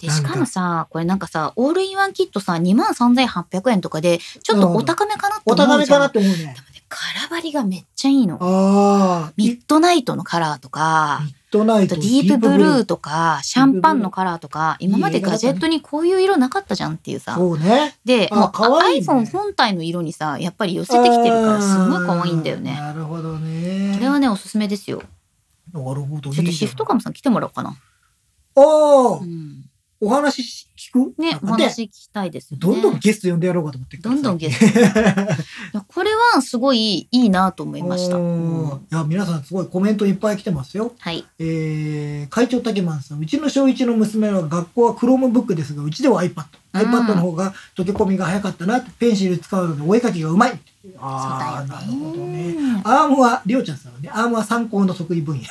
で、
なん
し
か
かもさ、これなんかさ、オールインワンキットさ、23,800円とかで、ちょっとお高めかなって
お
思うじゃ
互い
ん。
かなって思うね
で。もねカラバリがめっちゃいいの。
ああ、
ミッ
ミ
ドナイトのカラーとか、
ッドナ
あ
イ
と
ト。
ディープブルーとか、シャンパンのカラーとか、
いい
今までガジェットにこういう色なかったじゃんっていうさ。
そうね。
で、
あ
もう
可愛いね
iPhone 本体の色にさ、やっぱり寄せてきてるから、すごい可愛いんだよ
あー
ね。
なるほどね。
これはね、おすすめですよ。
なるほど。
ちょっとシフトカムさん来てもらおうかな。
あ
う
あ、
ん、
お話し聞く
ね、お
で、
話聞きたいですよね。
どんどんゲスト呼んでやろうかと思って
どんどんゲス
ト。
ト。これはすごいいいなと思いました。
お
うん
ーいや、皆さんすごいコメントいっぱい来てますよ。
はい。
えー会長竹満さん、うちの小一の娘は学校は Chromebook ですが、うちでは iPad。
うん
iPad の方が溶け込みが早かったな、ペンシル使うのでお絵描きがうまい。あ
そう
あ、
だ
なるほど
よ
ね。
ね。
アームは、りょうちゃんさんはね、アームは参考の得意分野。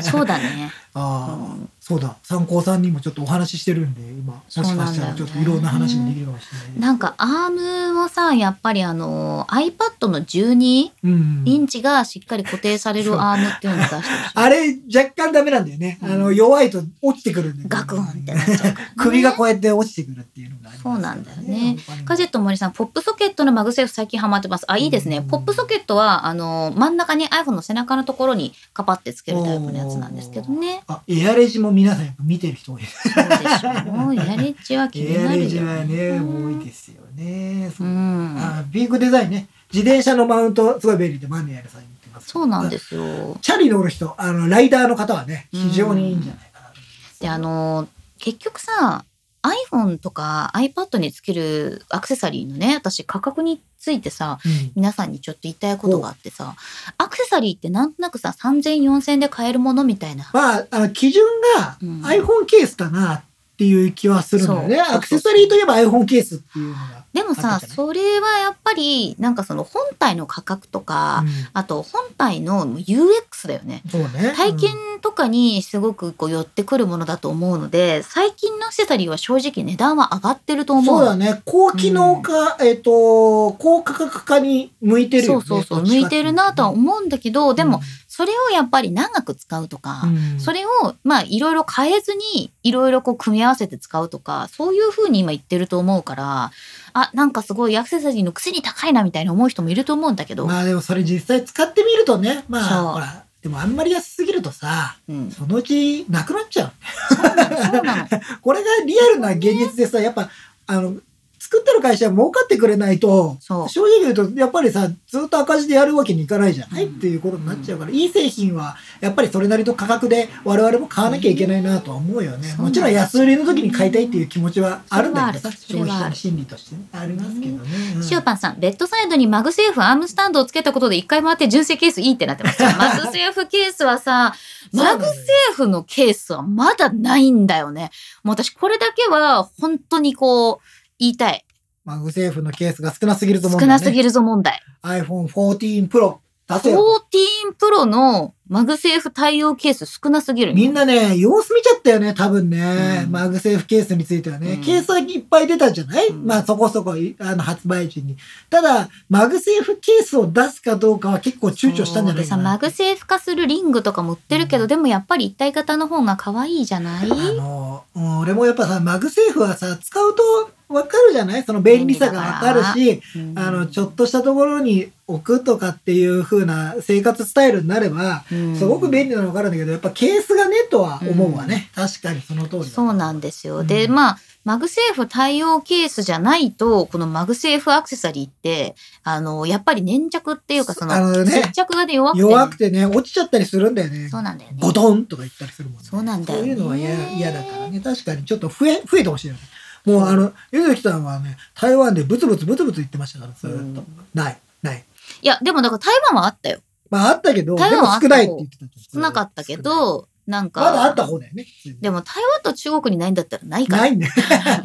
そうだね。
*laughs* ああ、
うん
そうだ、参考さんにもちょっとお話ししてるんで、今、もしかしたらちょっといろんな話ができるかもしれない。
なんかアームはさ、やっぱりあの、iPad の12
うん
インチがしっかり固定され
そう
るアームっていうのを出してほしい。
あれ、若干ダメなんだよね。
うん
あの、弱いと落ちてくるんだよね
ガクンってなっちゃうからね
*laughs* 首がこうやって落ちてくるっていうのがありますから
そうなんだよね。
わかります
ガジェット森さん、ポップソケットのマグセーフ最近ハマってます。あ、いいですね
う。ん
ポップソケットは、あの、真ん中に iPhone の背中のところにカパってつけるタイプのやつなんですけどね。
あ、エアレジも皆さんやっぱ見てる人多いです。
そうでしょう。やれちは気に
エア
なる
レ
よ。
ジはね、
うん。
多いですよね。そううんあビーグデザインね。自転車のマウント、すごい便利でマニュアルさんに言ってます。。
そうなんですすよ。
チャリ乗る人、あの、ライダーの方はね、非常にいいんじゃないかなと思います。
で、あの、結局さ、iPhone とか iPad につけるアクセサリーのね、私価格についてさ、
うん、
皆さんにちょっと言いたいことがあってさ、アクセサリーってなんとなくさ、3000、4000で買えるものみたいな。
まあ、あの基準が
うん
iPhone ケースかなっていう気はするんだよね。
そう
アクセサリーといえば iPhone ケースっていうのが。
でも
あっ
さ
たじゃない
それはやっぱりなんかその本体の価格とか、
う
あと本体の UX だよね
んそうね。
体
う
験
ん
とかにすごくこう寄ってくるものだと思うので最近のアクセサリーは正直値段は上がってると思う
そうだね。高機能化、えっ、と、高価格化に向いてるよ
そ
ね。
うそうそう
どっち
向
か
い
って
て
うと
るなとは思うんだけど、でも、それをやっぱり長く使うとか、
うん
それをまあいろいろ変えずにいろいろこう組み合わせて使うとかそういうふうに今言ってると思うからあなんかすごいアクセサリーのくせに高いなみたいな思う人もいると思うんだけど、
まあでもそれ実際使ってみるとね、ま
そう
あ、ほら、でもあんまり安すぎるとさ、
うん、
そのうちなくなっちゃう。
そうなの
これがリアルな現実でさ、やっぱ、あの、作ってる会社は儲かってくれないと、
そう
正直言うと、やっぱりさ、ずっと赤字でやるわけにいかないじゃない、
うん
っていうことになっちゃうから、いい製品は、やっぱりそれなりと価格で我々も買わなきゃいけないなとは思うよね。
うん
もちろん安売りの時に買いたいっていう気持ちはあるんだけどさ、
それ
消
はあ
費
る
者の心理としてねありますけどね。うん
シオパンさん、ベッドサイドにマグセーフ、アームスタンドをつけたことで一回回って純正ケースいいってなっ
*laughs*
てますよ。マグセーフケースはさ、
そうなの
マグ
よ
セーフのケースはまだないんだよね。もう私これだけは本当にこう、言いたい。
マグセーフのケースが少なすぎると思うん
少
だよ
な
ね。
すぎるぞ問題。
iPhone 14 Pro 出せよ。
14 Pro のマグセーフ対応ケース少なすぎる。
みんなね、様子見ちゃったよね、多分ね。
うん
マグセーフケースについてはね。
うん
ケースはいっぱい出たじゃない、
うん
まあそこそこい、あの、発売時に。ただ、マグセーフケースを出すかどうかは結構躊躇したんじゃない
で
か
さ、
な
マグセーフ化するリングとかも売ってるけど、でもやっぱり一体型の方が可愛いじゃな
*laughs*
い
あの、うん俺もやっぱさ、マグセーフはさ、使うとわかるじゃないその便利さがわかるし、あの、ちょっとしたところに置くとかっていう風な生活スタイルになれば、すごく
利
便利なのわかるんだけど、やっぱケースがね、とは思うわね。確かにその通りだ
そうなんですよ。
うん
で、まあ、マグセーフ対応ケースじゃないと、このマグセーフアクセサリーって、あの、やっぱり粘着っていうか、その、
あのね
接着がね、弱くてね、
弱くてね、落ちちゃったりするんだよね。
そうなんだよね。
ゴトンとか言ったりするもんね。
そうなんだよ
そう
ね
いうのは嫌嫌だからね。確かにちょっと増え、増えてほしいよね。もうあの、ゆずきさんはね、台湾でブツブツブツブツ言ってましたから、ずーっと
うん。
ない、ない。
いや、でもだから台湾はあったよ。
まああったけど、で
台湾
も
はあっ
少
た
ないって言ってたけど。
少なかったけ
少ない、
ど、なんか、
まだあった方だよね。
でも台湾と中国にないんだったらないか
な
ら。
いね。 *laughs*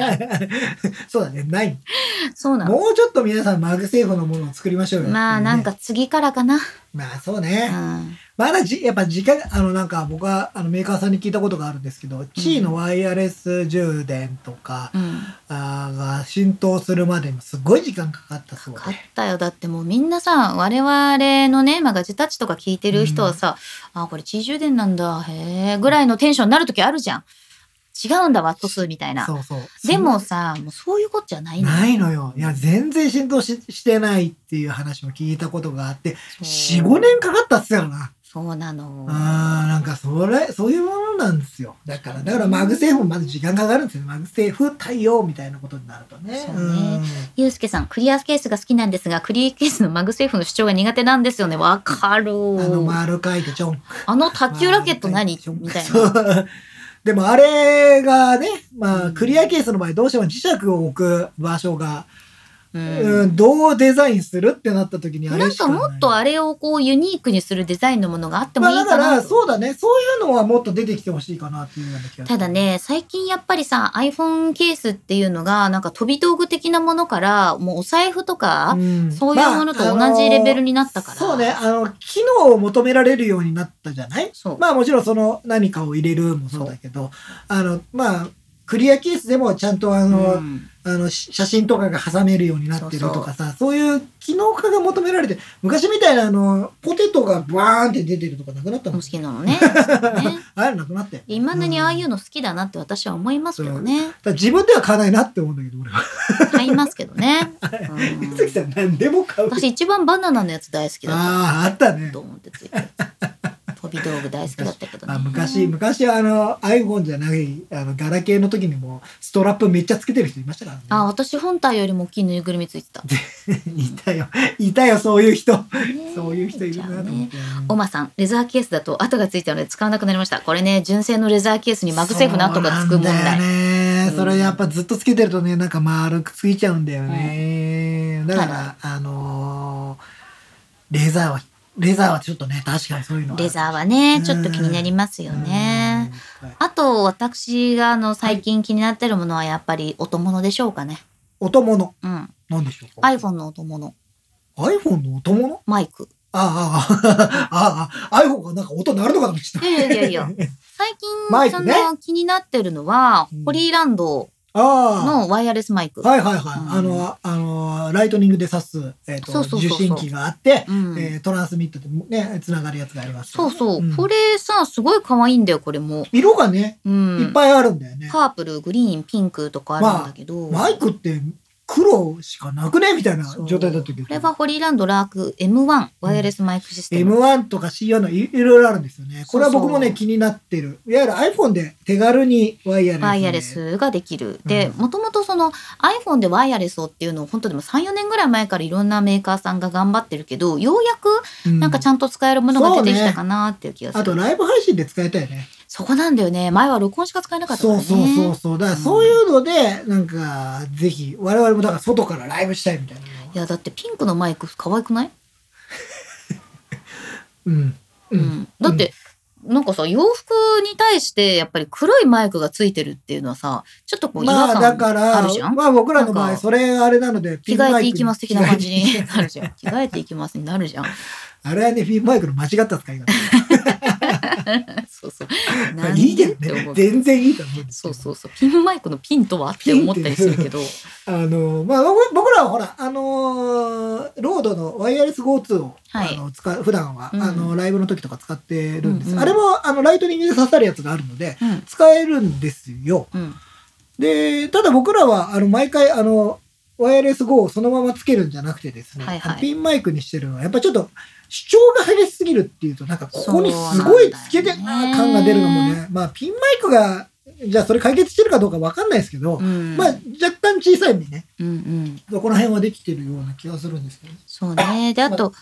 そうだね、ない。
*laughs* そうなの。
もうちょっと皆さんマグセーフのものを作りましょうよ。
まあ、なんか。次からかな。
まあそうね。
うん
まだじ、やっぱ時間、あの、なんか僕は、あの、メーカーさんに聞いたことがあるんですけど、地位のワイヤレス充電とか、
うん。
あーが浸透するまでにすごい時間かかったそうで。
かったよだってもうみんなさ我々のねマガジたちとか聞いてる人はさ、あこれ地位充電なんだへえぐらいのテンションになる時あるじゃん違うんだワット数みたいな
そうそう。
でもさもうそういうことじゃない
そん
の
な、ないのよ。いや、全然浸透ししてないっていう話も聞いたことがあって、
そう
4、5年かかったっすよな。
そうなの
あーなんかそれ、そういうものなんですよ。だから、だからマグセーフもまず時間かかるんですよ。マグセーフ対応みたいなことになるとね。
そうねゆうすけさんクリアケースが好きなんですがクリアケースのマグセーフの主張が苦手なんですよねわかる
うんあの、丸書いてちょん。
あの卓球ラケット何みたいな
な。 *laughs* でもあれがね、ま
う
あ
ん
クリアケースの場合どうしても磁石を置く場所が、
うん
うん、どうデザインするってなった時にあ
な
れ
ん
し
か
かない。
もっとあれをこうユニークにするデザインのものがあっても
まあ
い
だ
いか
か
な
ら
と
そうだね、そういうのはもっと出てきてほしいかなっていうような気がする
ただ、ね最近やっぱりさ iPhone ケースっていうのがなんか飛び道具的なものからもうお財布とか、
ん
そういうものと同じレベルになったから、
そうね、あの、機能を求められるようになったじゃない
そう、
まあもちろんその何かを入れるもそうだけど、あの、まあ、クリアケースでもちゃんとあ
う
の、
ん
あのし写真とかが挟めるようになってるとかさそういう機能化が求められて昔みたいなあのポテトがバーンって出てるとかなくなったも
好
ん
きな
*laughs*
のね。そうね
ああいうのなくなって
いまだにああいう
の、
の好きだなって私は思いますけどね。
だから自分では買わないなって思うんだけど俺は
買いますけどね。うん
水木 *laughs* さん何でも買う
私一番バナナのやつ大好きだっ
あああった
た
ね
と思って
*laughs*
ついて。飛び道具大好きだったけどね。
あ昔昔はあの iPhone じゃないあのガラケーの時にもストラップめっちゃつけてる人いましたからね
あ、私本体よりも大きいぬいぐるみついてた。
いたよいたよそういう人 *laughs* そういう人いる
じゃあ
なと思っ
ね
て。
おまさん、レザーケースだと跡がついたので使わなくなりました。これね、純正のレザーケースにマグセーフの跡がつく問
そうなん
題。
だよね
うん
それやっぱずっとつけてるとねなんか丸くついちゃうんだよね、だからあのーレーザーはレーザーはちょっとね確かにそういうのは
レザーは
う
ね、
ん
ちょっと気になりますよね。
うんはい
あと、私があの最近気になってるものはやっぱり音物でしょうかね。
音物
うん。
なんでしょうか
iPhone の音物、
iPhone の音物
マイク。
ああああああ iPhone がなんか音鳴るのかと思っちゃっ
い
た
やいやいやいや。最
マ
近、
イ
そ
クね
の気になってるのは
うん、
ホリーランド
*laughs* あ
のワイヤレスマイク
あ。はいはいはい、
うん
あのあのライトニングで挿す、えー、と
そうそうそうそう
受信機があって、
うん
えートランスミットでねつながるやつがあります
そうそう、
ん
これさ、すごい可愛いんだよ、これも。
色がね、
うん。
いっぱいあるんだよね。
パープル、グリーン、ピンクとかあるんだけど。
マイクって黒しかなくねみたいな
そう
状態だったけど。
これはホリーランドラーク M1 ワイヤレスマイクシステム。
M1 とか C4 のいいろいろあるんですよね。これは僕もね
そうそ
気になってる。いわゆる iPhone で手軽にワイヤレスで。
ワイヤレスができる。で、
う
もともとその iPhone でワイヤレスをっていうのを本当でも3、4年ぐらい前からいろんなメーカーさんが頑張ってるけど、ようやく
う
なんかちゃんと使えるものが出てきたかなっていう気がす
あ
る。
とライブ配信で使いたいね。
そこなんだよね。前は録音しか使えなかったから
そう
ね。
そうそうそう。だからそういうので、なんかぜひ我々もだから外からライブしたいみたいな。
いや、だってピンクのマイク可愛くない、
うん。う
うん、
ん。
だって、なんかさ、洋服に対してやっぱり黒いマイクがついてるっていうのはさ、ちょっとこう違和
まあだか
感あるじゃ
ら、
ん、
まあ僕らの場
な
合
んか
それあれなので、
着
ピンマイ
替え
ク
て
に
いきます的な感じになるじゃん。着替えていきますになるじゃん。
*laughs*
*laughs*
あれはね、ピンマイクの間違った使い方。
そうそう。
まあ
*laughs* なんで
いいけ
って
ど
思
ね
う。
全然いいと思うんですけ
そ
ど
うそうそう。ピンマイクのピンとはって思ったりするけど。
あのまあ僕僕らはほらあのーロードのワイヤレス GO2 を、
はい
あの使う普段は、
うん
あのライブの時とか使ってるんです、
うんうん
あれもあのライトニングで刺さるやつがあるので
うん。
使えるんですよ
うん。
でただ僕らはあの毎回あのワイヤレス GO をそのままつけるんじゃなくてですね、
はいはい
あのピンマイクにしてるのはやっぱちょっと主張が激しすぎるっていうとなんかここにすごいつけてるな感が出るのも
そうなん
ね
だ
まあピンマイクがじゃあそれ解決してるかどうかわかんないですけど、
うん。
まあ若干小さいんでね
うんうん。
そこら辺はできてるような気がするんですけどね。
そうね。で、あと、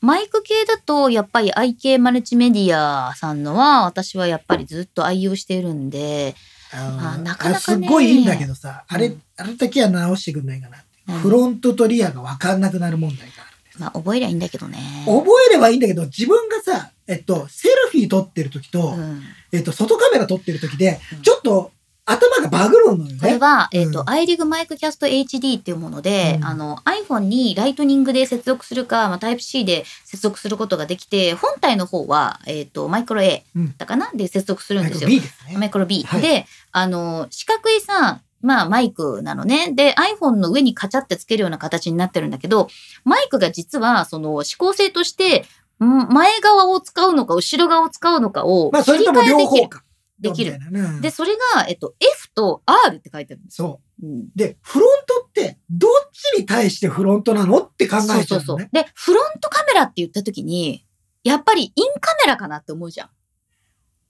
マイク系だと、やっぱり IK マルチメディアさんのは、私はやっぱりずっと愛用しているんで、
あ
あ
の
な
あ
かなかね
れすっごいいいんだけどさ、あ
う
れ
ん、
あれだけは直してくんないかなって。
うん
フロントとリアが分かんなくなる問題がある。
まあ、覚えりゃいいんだけどね。
覚えればいいんだけど、自分がさ、えっと、セルフィー撮ってる時と、
うん。
えっと、外カメラ撮ってる時で
う、ん
ちょっと頭がバグるのよ
これ
ね。
は、
うん
えっ、と、アイリグマイクキャスト HD っていうもので、
うん
あの、iPhone にライトニングで接続するか、まあ、Type-C で接続することができて、本体の方は、えっ、と、マイクロ A
うん
だかな、で接続するん
なん
で
か
すよ。
B ですね。
マイクロ B。
はい
で、あの、四角いさ、まあ、マイクなのね。で、iPhone の上にカチャってつけるような形になってるんだけど、マイクが実は、その、指向性として、ん前側を使うのか、後ろ側を使うのかを、
まあ、それとも
切り替え
両
できる
方か。
できる。
みたいなね
で、それが、えっと、F と R って書いてあるんです。
そ
うん
う。で、フロントって、どっちに対してフロントなのって考えちゃうのね。
そうそうそう。で、フロントカメラって言った時に、やっぱりインカメラかなって思うじゃん。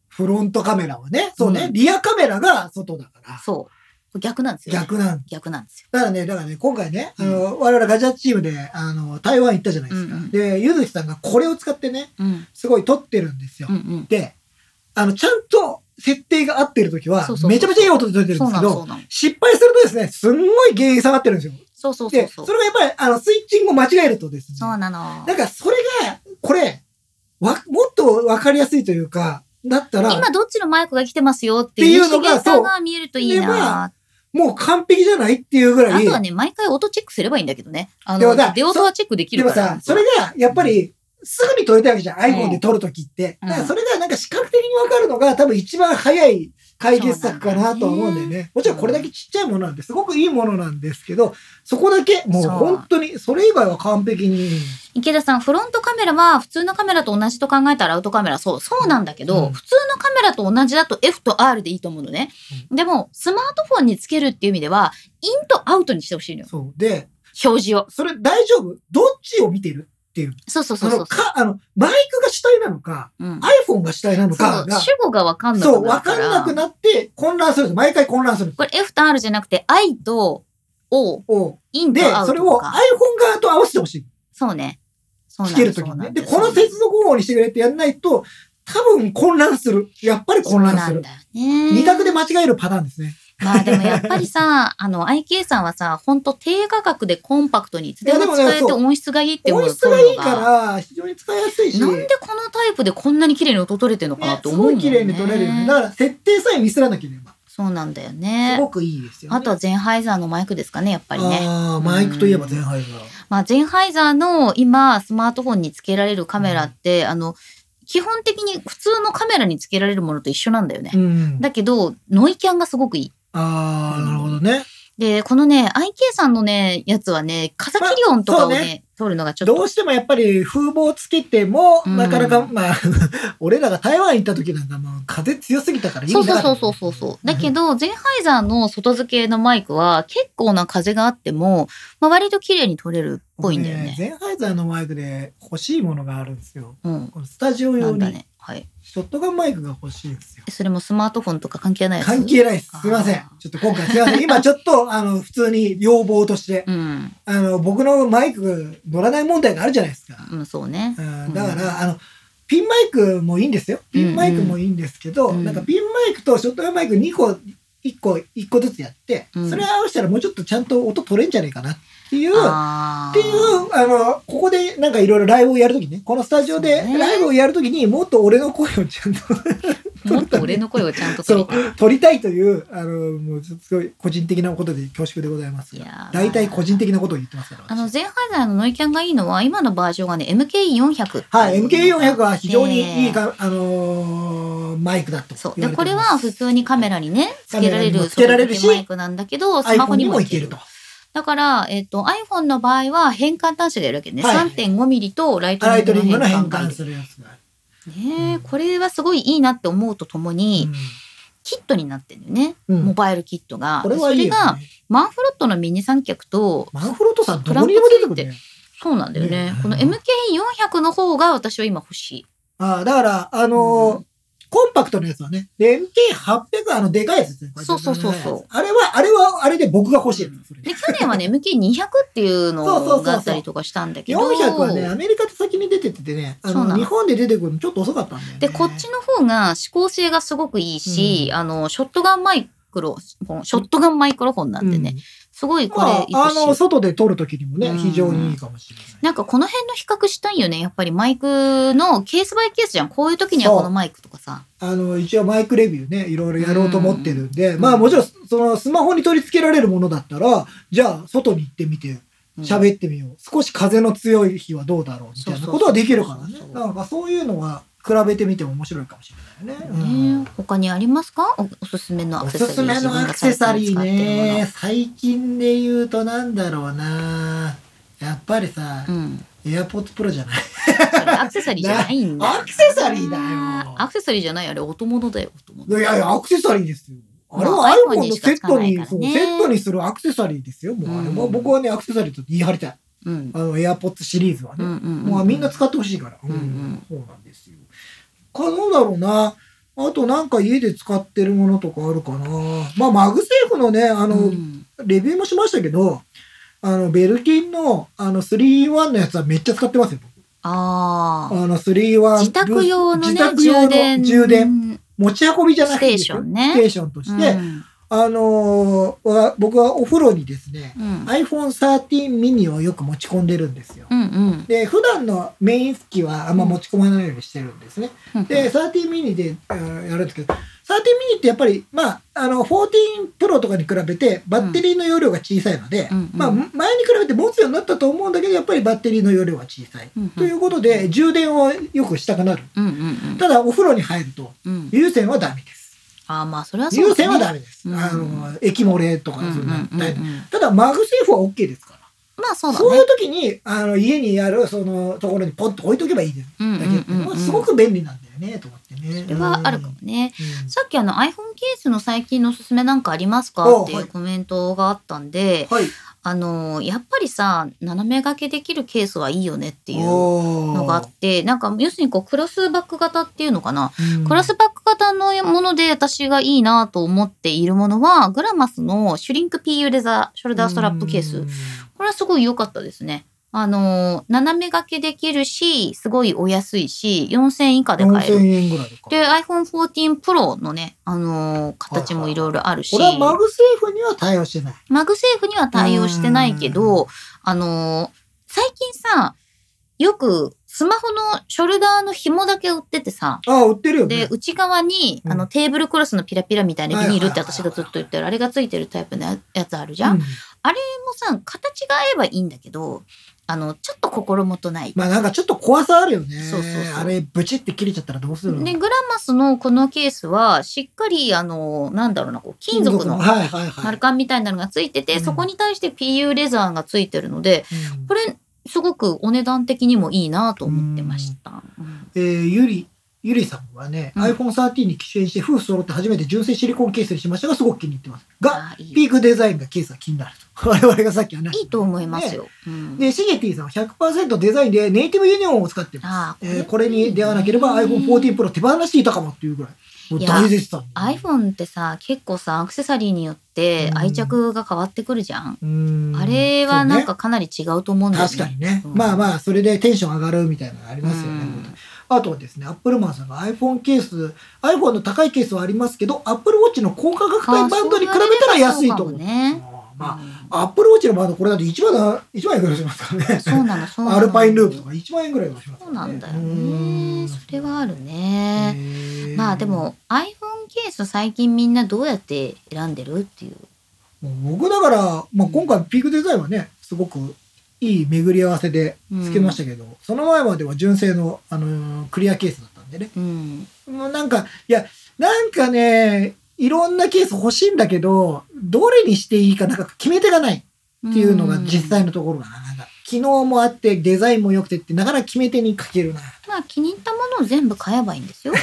フロントカメラはね。そうね。
うん
リアカメラが外だから。
そう。これ逆なんですよ、ね。
逆なん
逆なんですよ。
だからね、だからね、今回ね、あの、我々ガジャチームで、あの、台湾行ったじゃないですか。
うんうん
で、ゆずきさんがこれを使ってね、
うん。
すごい撮ってるんですよ。
うんうん。
で、あの、ちゃんと設定が合ってる時は
そうそうそ、う
めちゃめちゃいい音で撮れてるん
そ
です
うな
け
の、そ
ど
う、なの。
失敗するとですね、すんごい原因下がってるんですよ。
そうそうそ
で、
うそ。
そうれがやっぱり、あの、スイッチングを間違えるとですね、
そうなの
だ。からそれが、これ、わ、もっとわかりやすいというか、だったら、
今どっちのマイクが来てますよっていう
っていうのが
認識
そう
が見えるといいな。
もう完璧じゃないっていうぐら
あ
い。
とはね、毎回音チェックすればいいんだけどね。あ
でも
の
だ、
出音はチェックでき
で
る
も
から。
さ、それが、やっぱり、すぐに撮りたいわけじゃん。iPhone で撮るときって。
うん
だからそれがなんか視覚的にわかるのが多分一番早い解決策かなとは思うんだよね。もちろんこれだけちっちゃいものなんですごくいいものなんですけど、そこだけ、もう
そう
本当に、それ以外は完璧に。
池田さん、フロントカメラは普通のカメラと同じと考えたらアウトカメラ、そう、そうなんだけど、
うん
普通のカメラと同じだと F と R でいいと思うのね。でも、スマートフォンにつけるっていう意味では、インとアウトにしてほしいのよ。
そう。で、
表示を。
それ大丈夫どっちを見てるっていう。
そうそう
そ
そ
う
そ
の
う。
か、あの、マイクが主体なのか、
うん、
iPhone が主体なの
そ
か
う
が、
主語がわかんな
そう、
くな
わ
るか。
からんなくなって混乱するんです。毎回混乱する。
これ F と R じゃなくて、I と O、
お
イン
で
とア、ウ
そ
ト
れを
と
iPhone
か。
側と合わせてほしい。
そうね。そう
つ
なん
け
で
る
す。
とき
そう
に
な
ね。
ん
で、
です
この接続音にしてくれってやんないと、多分混乱する。やっぱり混乱す
そうなん
る。
だよね。
二択で間違えるパターンですね。
まあでもやっぱりさ、 *laughs* あの、IK さんはさ、ほんと低価格でコンパクトにいつで
いや
も
でも
使
ね
えて
そう
音質がいいって思う
音
よ
質がいいか
そういうのが
ら、非常に使いやすいし。
なんでこのタイプでこんなに綺麗に音取れてるのかな
ね
っ
す
て思うも
ご
ん
い
ね。
綺麗に撮れるよね。だから、設定さえミスらなければ、
そうなんだよ
す
ね。
ごくいいですよね。
あとはゼンハイザーのマイクですかね、やっぱりね。
あーマイクといえば前半が。
まあ、ゼンハイザーの今、スマートフォンにつけられるカメラって、あの、基本的に普通のカメラにつけられるものと一緒なんだよね。
うん。
だけど、ノイキャンがすごくいい。
ああ、なるほどね。
で、このね、IK さんのね、やつはね、風切り音とかをね、
まあそう
撮るのがちょっと
どうしてもやっぱり風防つけても、
うん
なかなか、まあ、 *laughs* 俺らが台湾行った時なんかもう風強すぎたから意味
そ
な
う
かっ
そう
た
そうそうそうそう。だけど、ゼンハイザーの外付けのマイクは結構な風があっても、まあ、割と綺麗に撮れるっぽいんだよね。
ゼンハイザーのマイクで欲しいものがあるんですよ。
うん。
このスタジオ
な
用
んだ
に
ね。はい。
ショットガンマイクが欲しいんですよ。
それもスマートフォンとか関係ないやつ
関係ないです。すいません
あ。ー
ちょっと今回すいません。今ちょっと、あの、普通に要望として、
うん。
あの、僕のマイク乗らない問題があるじゃないですか。
うん、そうね
う。んだから、あの、ピンマイクもいいんですよ。ピンマイクもいいんですけど、
うんうん
なんかピンマイクとショットガンマイク2個、1個、一個ずつやって、
うん
それ合わせたらもうちょっとちゃんと音取れんじゃないかなっていう、
あ
ってい
ー
う、あの、ここでなんかいろいろライブをやるときね、このスタジオで
そうね
ライブをやるときにもっと俺の声をちゃんと
もっと俺の声をちゃんと撮
そ
り
う
たい。
取りたいという、あの、もうすごい個人的なことで恐縮でございます
いや
が
ー、
大体個人的なことを言ってますから。
あの、
私
ゼンハイザーのノイキャンがいいのは、今のバージョンがね、MKE400。
はい、MK400 は非常にいいか、あのーマイクだと
そう。
言
で、
わて
こ
おり
れ
ます
は普通にカメラにね、つけられる、
カメラにもつけられるし
外付けマイクなんだけど、スマホ
iPhone
に
に
も
も
い
い
け
け
る
る
と
と。。
だから、えっ、と、iPhone の場合は変換端子でやるわけね。
はいはい
3.5ミリとライト
ラ
ニ
イトニ
ン
ン
グ
グ
の
の
変
変
換がい
換
い
するやつがある。
ねえ
うん
これはすごいいいなって思うとともに、キットになってるよね。
うん
モバイルキットが。
これはいい
それ
よ、
が
ね。
マンフロットのミニ三脚と、
マンフロットさんどこにでも出てくる
トラン
ね。
そうなんだよね。
ねえ
この MK400 の方が私は今欲しい。
ああ、だから、あのー
うん
コンパクトのやつはね、で MK800 あのでかいやつですね。
そうそうそうそう
あれは、あれは、あれで僕が欲しいやつそれ
で、去年はね、MK200 ってい
そうそうそ
うの
うそう
があったりとかしたんだけ
*laughs*
ど、
400はね、アメリカで先に出ててね、あ
そうな
の
の
日本で出てくるのちょっと遅かったんだよね。
で、こっちの方が指向性がすごくいいし、あの、ショットガンマイクロ、このショットガンマイクロフォンなんでね、
うん
すごいこれ
まあ、あ
愛しい
の、外で撮るときにもね、
うん
非常にいいかもしれない。
なんかこの辺の比較したいよね。やっぱりマイクのケースバイケースじゃん。こういう時には
そう
このマイクとかさ。
あの、一応マイクレビューね、いろいろやろうと思ってるんで、
うん
まあもちろん、そのスマホに取り付けられるものだったら、じゃあ外に行ってみて、
うん
喋ってみよう。少し風の強い日はどうだろうみたいなことはできるから
そう
ね
そう。そう
なんかそういうのは比べてみても面白いかもしれないよね。うん
ねえ他にありますかおおすすめのア
お
クセサ
す
リー。
すめのアクセサリー
自分が最近使ってるもの
ね。最近で言うとなんだろうな。やっぱりさ
う、ん。
AirPods Pro じゃない。
それアクセサリーじゃないんだよ
なアクセサリーだよ
アクセサリーじゃない。あれ、音物だよ、音
い
物。
やいや、アクセサリーですよ。あれ
まあ
は
iPhone
iPhone のセット
にし
に、
か使
そ
わ
う
ないからね
セットにするアクセサリーですよ。もうあれ
うん
もう僕はね、アクセサリーと言い張りたい。
うん。
あの、AirPods シリーズは
う
ね。
んうんうん。
もうみんな使ってほしいから。
んうん
そうなんですよ。か、どうだろうな。あとなんか家で使ってるものとかあるかな。まあ、マグセーフのね、あの、
うん
レビューもしましたけど、あの、ベルキンの、あの、3-1のやつはめっちゃ使ってますよ。
ああ。
あの、3-1。
自宅用のね、
自宅用の
充電。
充電。持ち運びじゃなくていいですよ
ステーションね
ステーションとして、
うん
あのーわ僕はお風呂にですね、
うん。
iPhone13 mini をよく持ち込んでるんですよ。
うんうん
で、普段のメイン機はあんま持ち込まないようにしてるんですね。
うん。
で、13 mini であーやるんですけど、13 mini ってやっぱり、まあ、あの、14 Pro とかに比べてバッテリーの容量が小さいので、
うんうん
まあ、前に比べて持つようになったと思うんだけど、やっぱりバッテリーの容量は小さい。
うんうん、
ということで、充電をよくしたくなる。
うんうんうん
ただ、お風呂に入ると、
うん。
有線はダメです。
ああ、まあ、それはそう
優
だね。
先はダメです。
うん
あの、液漏れとか
うん
そううんな
うんうん
ただ、マグセーフは OK ですから。
まあ、そうだね。
そういう時に、あの、家にある、その、ところにポッと置いとけばいいです。
うんう
だ
ん
け
う
っていうんの
う
は
ん
すごく便利なんだよね、と思ってね。
それはあるかもね。
うん。
さっきあの iPhone ケースの最近のおすすめなんかありますか
お
ってい
は
う
い
コメントがあったんで、
はい。
あのやっぱりさ斜め掛けできるケースはいいよねっていうの
の
があってなんか要するにこうクロスバック型っていうのかな、
うん
クロスバック型のもので私がいいなと思っているものはグラマスのシュリンク PU レザーショルダーストラップケース、
うん
これはすごい良かったですね。あの斜め掛けできるしすごいお安いし4,000円以下で買える
4000円ぐらいで買える
で iPhone14 Pro のね、あのー形もいろいろあるし、
これはマグセーフには対応してない。
マグセーフには対応してないけ
う
ど、あのー最近さよくスマホのショルダーの紐だけ売っててさ
ああ、売ってるよ
で
ね。
内側に、
うん
あのテーブルクロスのピラピラみたいなビニール
はいは
って
いはいはい
私がずっと言ってるあれがついてるタイプのややつあるじゃん、
う
もうさ形が合えばいいんだけどあのちょっと心もとない
まあなんかちょっと怖さあるよね。
そうそうそう
あれ、ブチって切れちゃったらどうするの
でグラマスのこのケースはしっかりあのなんだろうなこう金属の
はいはいはい。
丸カンみたいなのがついて
う
て、
ん
そこに対して PU レザーがついてるので
うん
これすごくお値段的にもいいなと思ってました。うん
えーゆり、ゆりさんはね、
うん
iPhone13 に機種変して、夫婦揃って初めて純正シリコンケースにしましたが、すごく気に入ってます。が、
あーいい
ピークデザインがケースが気になると。 *laughs* 我々がさっき話した
いいと思いますよ。うん
で、シゲティさんは100%デザインでネイティブユニオンを使ってます。
あー
えーこれに出会わなければ iPhone14 Pro 手放していたかもっていうぐらい。もう
いや
大絶賛。
iPhone ってさ結構さアクセサリーによって
うん
愛着が変わってくるじゃん。
うーん
あれはなんかかなり違うと思うん
そう
だ
ね確
よね。
かにね、
うん
まあまあそれでテンション上がるみたいなのがありますよね、
うん
あとはですねアップルマンさんが iPhone ケース iPhone の高いケースはありますけど Apple Watch の高価格帯バンドに比べたら安いと思う
あそう言われればそうかもね。
まあアップルウォッチのバンドこれだって1万だ1万円ぐらいします
*laughs*
からね
そう
*laughs*
なのそうなの。
アルパインループとか1万円ぐらいはしますか
そう
ら
なん
ね
だよ
う
ね。
ん
それはあるね。
へー
まあでも iPhone ケース最近みんなどうやって選んでるっていう。
もう僕だから、まあ、今回ピークデザインはねすごくいい巡り合わせでつけましたけど、その前までは純正の、あのークリアケースだったんでね
うん。
もうなんかいやなんかねいろんなケース欲しいんだけどどれにしていいかなんか決め手がないっていうのが実際のところがななんか機能もあってデザインも良くてってなかなか決め手に欠けるな
まあ気に入ったものを全部買えばいいんですよ。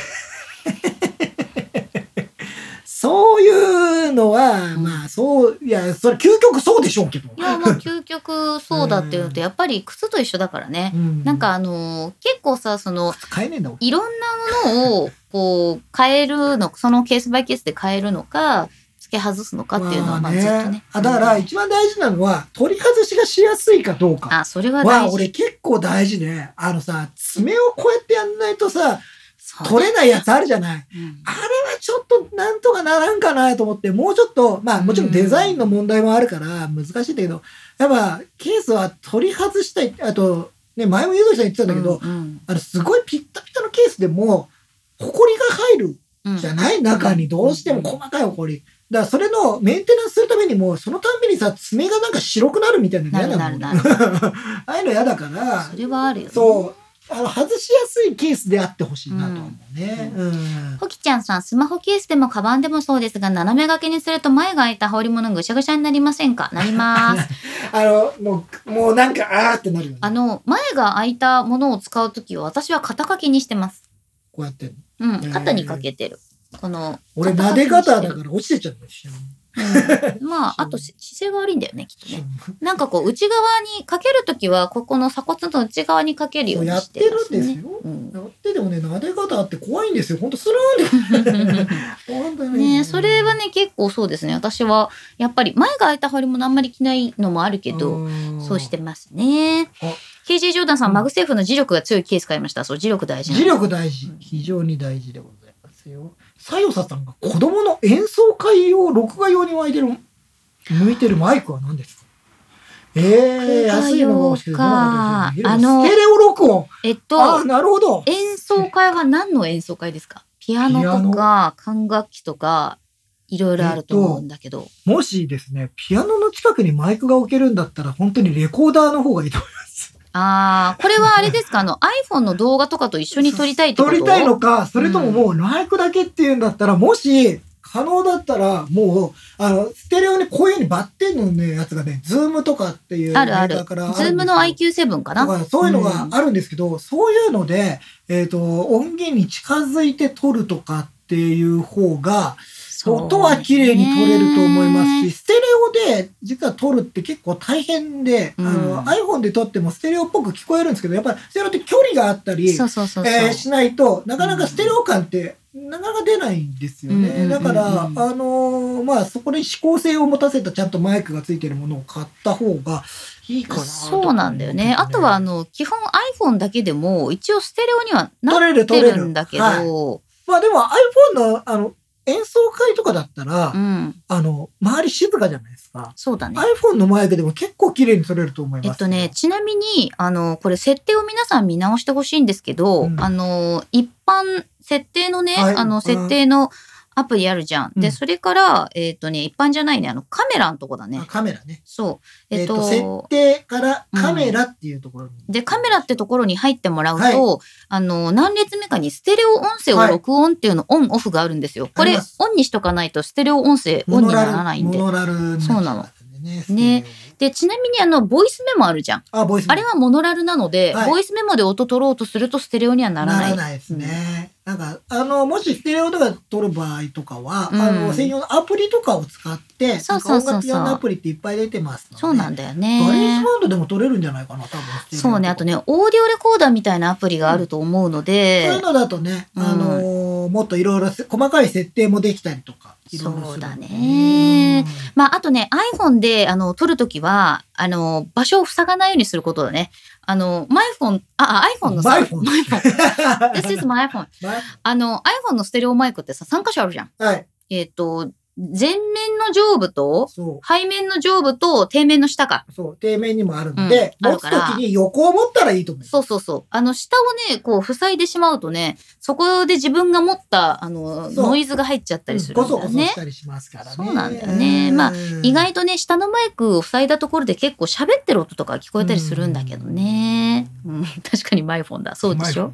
そういうのは、
うん
まあそういやそれ究極そうでしょうけど
い、やま
*laughs*
あ究極そうだっていうのとやっぱり靴と一緒だからね
う。ん
なんかあのー結構さその
買えねえんだ俺
いろんなものをこう変えるのそのケースバイケースで変えるのか付け外すのかっていうのはまあずっとね。
あだから
うん
一番大事なのは取り外しがしやすいかどうか
あそれは大
は
事。
俺結構大事ねあのさ爪をこうやってやんないとさ
そう
取れないやつあるじゃない
うん
あれはちょっとなんとかならんかなと思ってもうちょっとまあもちろんデザインの問題もあるから難しいんだけどやっぱケースは取り外したいあとね前もゆずきさん言ってたんだけど、
うんうん
あのすごいピッタピタのケースでも埃が入る
うん
じゃない中にどうしても細かいほりだからそれのメンテナンスするためにもそのたんびにさ爪がなんか白くなるみたいなの
な
嫌
る
だ
な
も
る
んあ
なる。
*laughs* あいうの嫌だから
それはあるよね。
そうあの外しやすいケースであってほしいなとは思うね。うん
ほきちゃんさん、スマホケースでもカバンでもそうですが、斜め掛けにすると前が開いた羽織物がぐしゃぐしゃになりませんかなります。
*laughs* あのもうもうなんかあーってなるよね
あの、前が開いたものを使うときは私は肩掛けにしてます。
こうやって
うん
ー、
肩にかけてる。この、
俺撫で方だから落ちてっちゃうんだよ
うんまあ、あとし姿勢が悪いんだよね、きっとね。なんかこう、内側にかけるときは、ここの鎖骨の内側にかけるようにしてます、ね。
やってるんですよ
うん
やってでもね撫で方あって怖いんですよほんとスルーンって本当に
ねそれはね、結構そうですね。私は、やっぱり前が開いた羽織物あんまり着ないのもあるけど、
ん
そうしてますね
あ。
KJ ジョーダンさ
う
ん、
ん
マグセーフの磁力が強いケース買いました。そう、磁力大事な
磁
の。
力大事非常に大事でございますよさよささんが子供の演奏会用録画用に巻いてる向いてるマイクは何ですかええー、安いのが欲しくて
録画用か
あ
あの
のステレオ録音
えっ
ああ
と、
なるほど
演奏会は何の演奏会ですかピアノとか、管楽器とか、いろいろあると思うんだけど。
もしですねピアノの近くにマイクが置けるんだったら本当にレコーダーの方がいいと思います
ああ、これはあれですかあの、iPhone の動画とかと一緒に撮りたいってこ
撮
と
りたいのかそれとももうマイクだけっていうんだったらもし可能だったら、もう、あの、ステレオにこういう風にバッテンのね、やつがね、ズームとかっていう
あるある。
メ
ズ
ーカーから
ームの IQ7 か
だか
な
らそういうのがあるんですけど、そういうので、えっ、と、音源に近づいて撮るとかっていう方が、音は綺麗に撮れると思いますし、ステレオで実は撮るって結構大変で、
うん
あの、iPhone で撮ってもステレオっぽく聞こえるんですけど、やっぱりステレオって距離があったり、
そうそうそうそう。
えーしないと、なかなかステレオ感って、なかなか出ないんですよ
うんうんうんう
ね。
ん
だから、あのーまあ、そこに指向性を持たせたちゃんとマイクがついてるものを買った方がいいかなと
そうなんだよね。あとは、あの、基本 iPhone だけでも、一応ステレオにはな
撮れる
っ
撮
て
れ
る
る
んだけ
はい
ど、
まあでも iPhone のあの演奏会とかだったら、
うん、
あの周り静かじゃないですか。
そうだね。
iPhone のマイクでも結構綺麗に撮れると思い
え
ます。
っとね、、ちなみに、あの、これ設定を皆さん見直してほしいんですけど、
うん
あの、一般、設定のね、
はい
あの、
うん
設定のアプリあるじゃん。
う
で、
ん
それから、えっ、とね、一般じゃないね、あの、カメラのとこだね
あ。カメラね。
そう。
え
え
っ
っ
と、
と、
設定からカメラっていうところに。
で、カメラってところに入ってもらうと、
は
あの、何列目かにステレオ音声を録音っていうの、オン、オフがあるんですよ。こ
あり
れ
ます、
オンにしとかないと、ステレオ音声、オンにならないんで
モ。ノラル。モノラル
そうなの
ね。
ねで、ちなみに、あの、ボイスメモあるじゃん。
あ、ボイス
あれはモノラルなので、
はい
ボイスメモで音取ろうとすると、ステレオにはならない。
ですね。なんか、あの、もしステレオとか撮る場合とかは、
うん
あの、専用のアプリとかを使って、
そうそうそうそう
なんか音楽用のアプリっていっぱい出てますので。
そうなんだよ
ガレージ
ね。
バンドでも撮れるんじゃないかな、多分。
そうね、あとね、オーディオレコーダーみたいなアプリがあると思うので、
そういうのだとね、
うん
あのーもっといろいろ細かい設定もできたりとか。いろいろ
そうだね
するので
まあ、あとね、iPhone で、あの、撮るときは、あの、場所を塞がないようにすることだね。あの、マイフォン、あ、あ iPhone のさ、
iPhone
マイフォン。This is my iPhone.
うんま
あの、iPhone のステレオマイクってさ、3箇所あるじゃん。
*laughs* はい。
えっ、と、前面の上部と、
そ
背面の上部と、底面の下か。
う。そう。底面にもあるので、
うんあ
持つ
る
と
から
きに横を持ったらいいと思います。
そうそうそう。あの、下をね、こう、塞いでしまうとね、そこで自分が持った、あの、
そう
ノイズが入っちゃったりするん
ご
だ
そ
よ
ごそ
ね
し。たりしますからね。
そうなんだよねまあ
うん
意外とね、下のマイクを塞いだところで結構喋ってる音とか聞こえたりするんだけどね。うん、 *laughs* 確かにマイフォンだ。そうでしょ。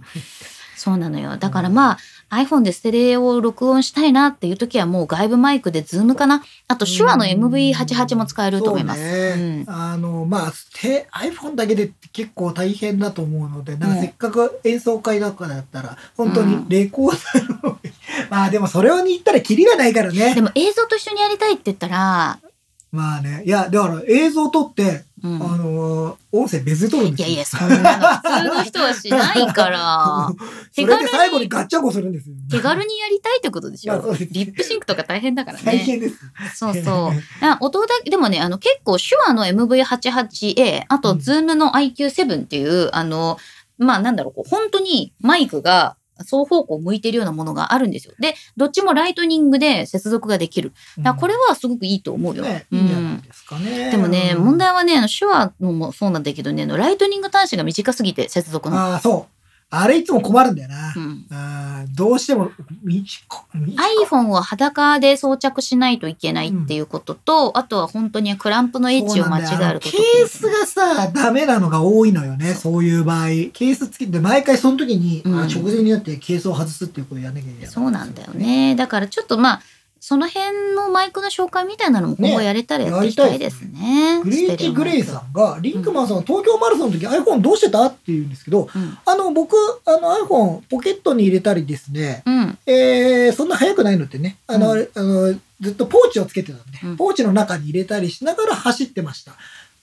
そうなのよ。だからまあ、iPhone でステレオを録音したいなっていう時はもう外部マイクでズームかな。あと手話の MV88 も使えると思います。
そうね
う
あのまあステ iPhone だけでって結構大変だと思うのでなんかせっかく演奏会だからだったら本当にレコーダーの、 *laughs* まあでもそれをに言ったらキリがないからね
でも映像と一緒にやりたいって言ったら、
まあねいやだから映像撮って、
うん。
あの音声別に撮るん
い
で
や
すよ
いや、そんなの普通の人はしないから、
*laughs* それで最後にガッチャンコするんですよ *laughs*
手軽にやりたいってことでし
まあそ
ょ。
うです
リップシンクとか大変だから
大
ね。
変です
そうそう。あ音だけでもねあの結構手話の MV88A あ
う
と
ん
Zoom の IQ7 っていう、あのまあなんだろうこう本当にマイクが双方向向いてるようなものがあるんですよ。でどっちもライトニングで接続ができる。だからこれはすごくいいと思うよ。
ね
う
いいんじゃない
ん
ですかね、
でもね、
うん
問題はね、あの手話のもそうなんだけどね、あのライトニング端子が短すぎて接続の。
ああそうあれいつも困るんだよな、
うん、
あーどうしても短く短く
iPhone を裸で装着しないといけないっていうことと、あとは本当にクランプの位置を間違えること
そうなんだよケースがさダメなのが多いのよねそういう場合ケースつけて毎回その時に、
うん
あ直前になってケースを外すっていうことをやんなきゃいけない
そうなんだよね。だからちょっとまあ、その辺のマイクの紹介みたいなのも今後
ね
やれたらやっていきたいですね。
グレイチ・グレイ
ス
さんがリンクマンさんは東京マラソンの時 iPhone どうしてたって言うんですけど
テレオマイク
あの僕あの iPhone ポケットに入れたりですね
うん。うん。
えーそんな早くないのってねあの、
う
あのずっとポーチをつけてたんで、
うん
ポーチの中に入れたりしながら走ってました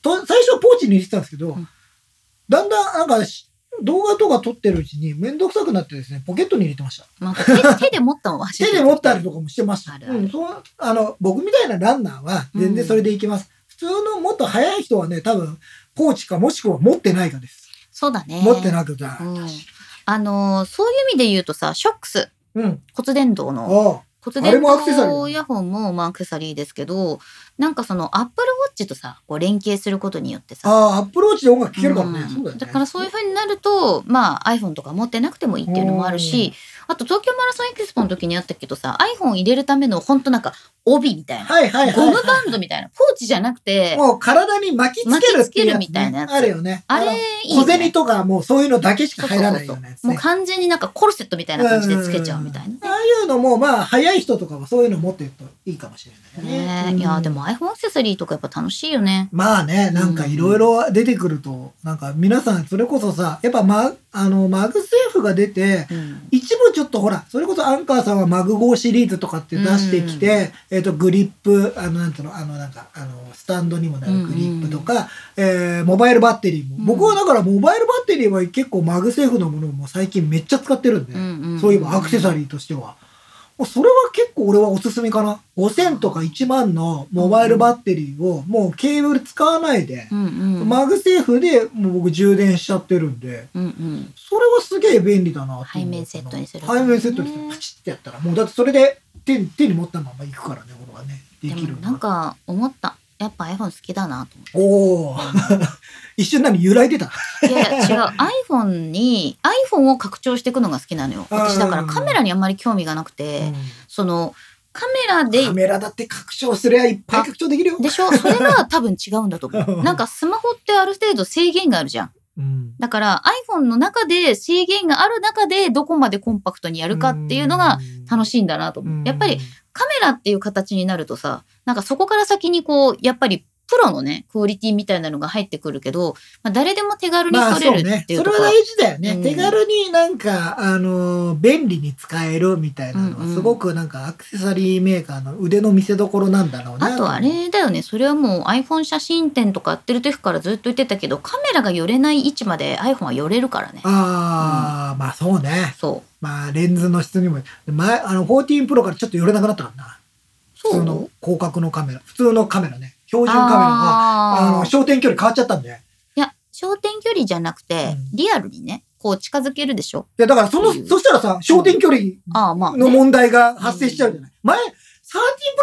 と最初はポーチに入れてたんですけど、
うん
だんだんなんかし動画とか撮ってるうちに面倒くさくなってですねポケットに入れてました
まあ、
*laughs*
手手で持ったのは
手で持ったりとかもしてました
あるある
うん、そうあの僕みたいなランナーは全然それでいけます、普通のもっと速い人はね多分ポーチかもしくは持ってないかです、
そうだね。
持ってなくては
うんあのーそういう意味で言うとさ、ショックス、
うん
骨伝導の。
あ
骨伝
あれもアクセサリー
導イヤホンもまあアクセサリーですけど、なんかそのアップルウォッチとさ、こう連携することによって
あ
さ、
ああアップローチで音楽聴けるからね、
うん
そうだよね
からそういうふうになると、まあ iPhone とか持ってなくてもいいっていうのもあるし、あと東京マラソンエキスポの時にあったけどさ iPhone 入れるためのほんとなんか帯みたいな、
はいはいはいはい。
ゴムバンドみたいなポーチじゃなくて
もう体に巻きつけるっていうやつね
巻きつけるみたいなやつ
あるよね。
あれ
の
いい
小
よ
銭
ね
とかもうそういうのだけしか入らないようなやつ
もう
ね。
完全になんかコルセットみたいな感じでつけちゃうみたい
ん
な
ああいうのもまあ早い人とかはそういうの持ってるといいかもしれないよね。
ね
うん
いやで。も iPhone アクセサリーとかやっぱ楽しいよね
まあね、なんかいろいろ出てくると、なんか皆さんそれこそさ、やっぱマあのマグセーフが出て、
うん
一部ちょっとほら、それこそアンカーさんはマグゴーシリーズとかって出してきて、えっ、と、グリップ、あの、なんていうの、あの、なんか、あの、スタンドにもなるグリップとか、えーモバイルバッテリーも。
うん
僕はだからモバイルバッテリーは結構マグセーフのものをもう最近めっちゃ使ってるんで、
うんうん
そういえばアクセサリーとしては。もうそれは結構俺はおすすめかな。5000とか1万のモバイルバッテリーをもうケーブル使わないで、
うんうん
マグセーフでもう僕充電しちゃってるんで、
うんうん
それはすげえ便利だなっていう
背面セットにする
背面セットにしてパチってやったらもうだってそれで手に手に持ったままいくからね俺はねで
で
きる
もなんか思ったやっぱ iPhone 好きだなと
お
思って
お *laughs* 一瞬何揺らいでた
いやいや違 *laughs* う iPhone に iPhone を拡張していくのが好きなのよ私だか
う
ら
ん
カメラにあんまり興味がなくて、そのカメラで
カメラだって拡張すりゃいっぱい拡張できるよ
でしょそれが多分違うんだと思うなんかスマホってある程度制限があるじゃん
うん
だから iPhone の中で制限がある中でどこまでコンパクトにやるかっていうのが楽
し
しいんだなと思うやっぱりカメラっていう形になるとさなんかそこから先にこうやっぱりプロのねクオリティみたいなのが入ってくるけど、まあ、誰でも手軽に
まあ
撮
そう
れる
ね
ってい
そうれ
と
は
ころ、
大事だよね、
うん
手軽になんかあのー便利に使えるみたいなのは
うんうん
すごくなんかアクセサリーメーカーの腕の見せ所なんだろうな
あとあれだよねそれはもう iPhone 写真展とかやってる時からずっと言ってたけどカメラが寄れない位置まで iPhone は寄れるからね
ああ、まあそうね
そう
まあレンズの質にも前あの14プロからちょっと寄れなくなったからな普
そう
通の広角のカメラ普通のカメラね標準カメラがあ
あ
の
ー
焦点距離変わっちゃったんで
いや焦点距離じゃなくて、
うん
リアルにねこう近づけるでしょ
でだからその、
うん
そしたらさ焦点距離
ああまあ、ね、
の問題が発生しちゃうじゃない、前13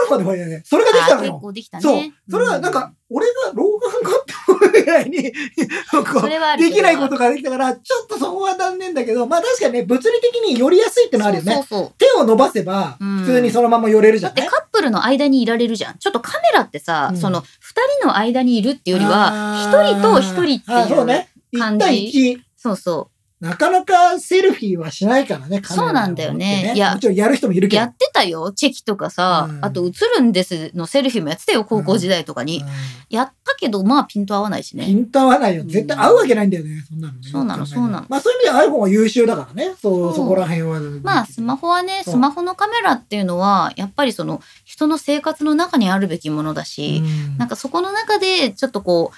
プロまではねそれができた
あー
の
結
よ、
構できたね
そうそれはなんか、俺が老眼があった頃ぐらいになん
うん
か
それはあるけ
で
ど
きないことができたからちょっとそこは残念だけどまあ確かにね物理的に寄りやすいってのはあるよね
そうそうそう
手を伸ばせば
うん
普通にそのまま寄れるじ
だ
ゃ
っ
ん、
てカップルの間にいられるじゃん。ちょっとカメラってさ、
うん
その2人の間にいるっていうよりは、
あー
1人と1人
あ
っていう。
そうね。1
感じ
対1。
そうそ
なかなかセルフィーはしないからね、カメラ
そうなんだよね
持って
いや
もちろんやる人もいる
う。
けど。
やってたよ。チェキとかさ、
うん
あと映るんですのセルフィーもやってたよ、高校時代とかに。
うん
やったけど、まあピント合わないし
ピ
ね。
ント合わないよ。絶対合うわけないんだよね、そんなのね。
そうなの
考えたら
そうなの
まあそういう意味では iPhone は優秀だからね。そ
そう
う、そこら辺は。
まあスマホはね、
そう
スマホのカメラっていうのは、やっぱりその人の生活の中にあるべきものだし、
うん
なんかそこの中でちょっとこう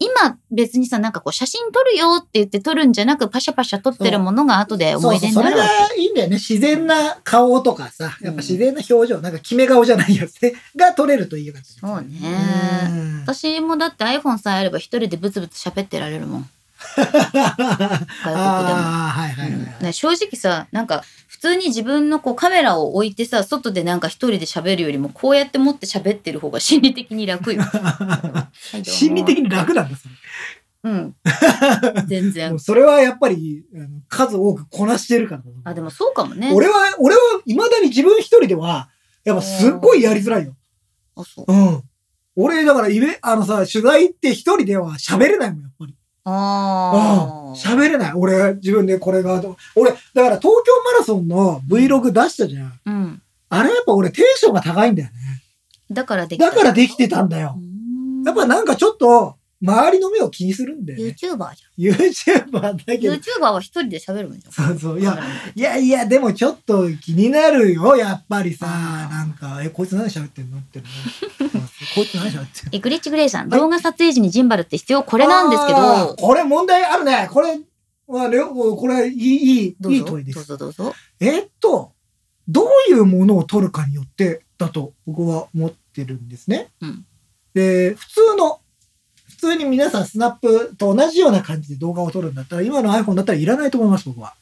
今別にさなんかこう写真撮るよって言って撮るんじゃなくパシャパシャ撮ってるものが後で思い出に
そう
な
そうそ
る
れ
わけ
がいいんだよね。自然な顔とかさ、やっぱ自然な表情、なんか決め顔じゃないやつね、 *laughs* が撮れるといいよね。
そうね
うん
私もだって iPhone さえあれば一人でブツブツ喋ってられるもん外国でも。
*laughs* ああ、はいはいはい。
ね、正直さなんか普通に自分のこうカメラを置いてさ外でなんか一人で喋るよりもこうやって持って喋ってる方が心理的
*laughs*
に楽よ。はいどうも
心理的に楽なんです
うん。全
も
然
*laughs* う。それはやっぱりあの数多くこなしてるからだと思う
あでもそうかもね。
俺は俺はいまだに自分一人ではやっぱすっごいやりづらいよ
あそう
うん俺だからイベあのさ取材行って一人では喋れないもんやっぱりうん
あー
喋れない俺自分でこれが俺だから東京マラソンの Vlog 出したじゃん
うん。
あれやっぱ俺テンションが高いんだよね
だからできた
だからできてたんだ
う
よ
ん
やっぱなんかちょっと周りの目を気にするんだよね
YouTuber じ
YouTuber だけ
ゃん。
ど
YouTuber は一人で喋るもんじゃん。
そうそういや
カメラ見て
いやいや、でもちょっと気になるよ、やっぱりさ。
あー
なんか、え、こいつ何喋ってんのってね。 *laughs* こいつ何喋ってんの
えグリッチグレイさん、
はい
動画撮影時にジンバルって必要これなんですけ
あー
ど。
これ問題あるね。これ、まあ、両方これ、いい、い
ど
い、
う
い
ぞ
い問いで
どう
す。
ぞどうぞ。
えっと、どういうものを取るかによって、だと僕は思ってるんですね。
うん
で、普通の、普通に皆さんスナップと同じような感じで動画を撮るんだったら、今の iPhone だったらいらないと思います、僕は。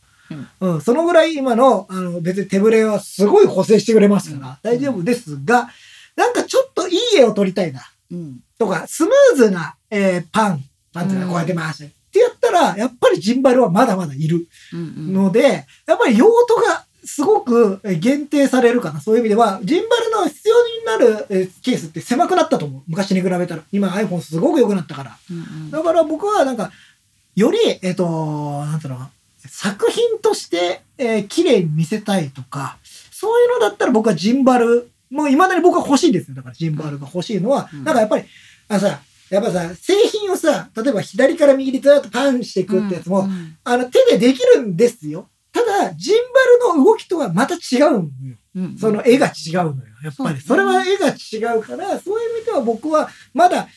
うん、そのぐらい今の、あの、別に手ぶれはすごい補正してくれますから、
うん
大丈夫ですが、なんかちょっといい絵を撮りたいな、
うん。
とか、スムーズな、えーパン、パンっていうの
うん
はこうやって回して、ってやったら、やっぱりジンバルはまだまだいる
うんうん。
ので、やっぱり用途がすごくえー限定されるかな。そういう意味では、ジンバルの必要になるえーケースって狭くなったと思う。昔に比べたら。今 iPhone すごく良くなったから。
うん
だから僕はなんか、より、えっ、と、なんていうのかな、作品として、えー綺麗に見せたいとか、そういうのだったら僕はジンバル、もう未だに僕は欲しいんですよ。だからジンバルが欲しいのは、
うん
なんかやっぱり、あのさ、やっぱさ、製品をさ、例えば左から右にずっとパンしていくってやつも、
うん
あの手でできるんですよ。ただ、ジンバルの動きとはまた違うのよ。
うん
その絵が違うのよ。やっぱり。
そ
そう
ね
れは絵が違うから、そういう意味では僕は、まだ、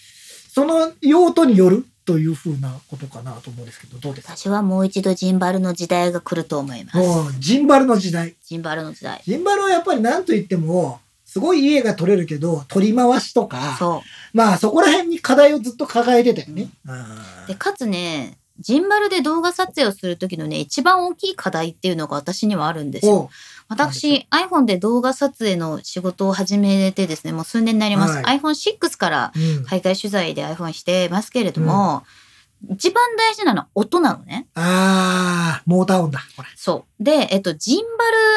その用途によるというふうなことかなと思うんですけど、どうですか
私はもう一度ジンバルの時代が来ると思います。
もうジンバルの時代。
ジンバルの時代。
ジンバルはやっぱり何と言っても、すごいいい絵が撮れるけど、撮り回しとか、
そ
まあそこら辺に課題をずっと抱えてたよね。
う。で、かつね、ジンバルで動画撮影をする時のね、一番大きい課題っていうのが私にはあるんですよ。
お
私、iPhone で動画撮影の仕事を始めてですね、もう数年になります。
は
iPhone6 から
うん、
海外取材で iPhone してますけれども、一番大事なのは音なのね。
あー、モーター音だ、これ。
そう。で、えっと、ジン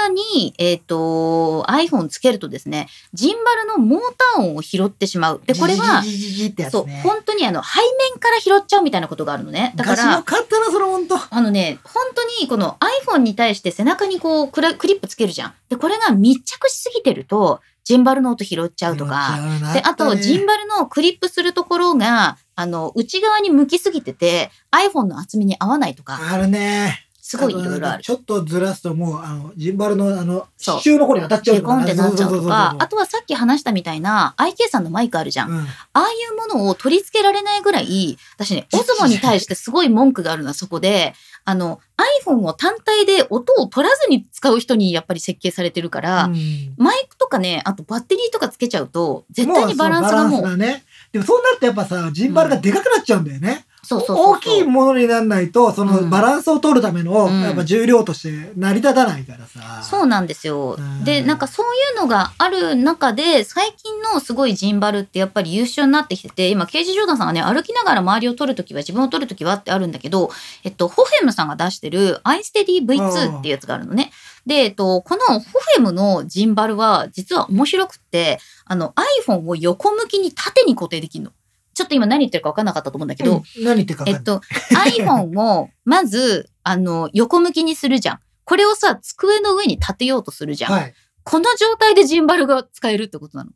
バルに、えっと、iPhone つけるとですね、ジンバルのモーター音を拾ってしまう。で、これは、
ジジジジジってやつ
そう、
ね。
本当にあの、背面から拾っちゃうみたいなことがあるのね。だか
昔の
ら、
買ったな、その本当。
あのね、本当にこの iPhone に対して背中にこうクラクリップつけるじゃん。で、これが密着しすぎてると、ジンバルの音拾っちゃうとか。で、あと、ジンバルのクリップするところが、あの、内側に向きすぎてて、iPhone の厚みに合わないとか、
あるね。
すごいいろいろある。
ちょっとずらすともう、あの、ジンバルの、あの、
そう
支柱の方に当たっちゃう
へこんでなっちゃうとか、あ
と、
とはさっき話したみたいな IK さんのマイクあるじゃん。あ
うん
あいうものを取り付けられないぐらい、私ね、オズモに対してすごい文句があるのはそこで、あの、iPhone を単体で音を取らずに使う人にやっぱり設計されてるから、
うん
マイクとかね、あとバッテリーとかつけちゃうと、絶対にバランスがもう、
そうバランスがね。でもそうなるとやっぱさ、ジンバルがでかくなっちゃうんだよね。
そうそうそうそう。
大きいものにならないと、その
うん
バランスを取るための、
うん
やっぱ重量として成り立たないからさ。
そうなんですよ
うん。
で、なんかそういうのがある中で、最近のすごいジンバルってやっぱり優秀になってきてて、今、ケージ・ジョーダンさんがね、歩きながら周りを撮るときは、自分を撮るときはってあるんだけど、えっと、ホフェムさんが出してる、アイステディ V2 っていうやつがあるのね。で、えっと、このホフェムのジンバルは、実は面白くって、あの、iPhone を横向きに縦に固定できるの。ちょっと今何言ってるか分かんなかったと思うんだけど、
うん何言ってるか分
え
か
っ
んない。
と、iPhone をまず、あの、横向きにするじゃん。これをさ、机の上に立てようとするじゃん。
はい。
この状態でジンバルが使えるってことなの。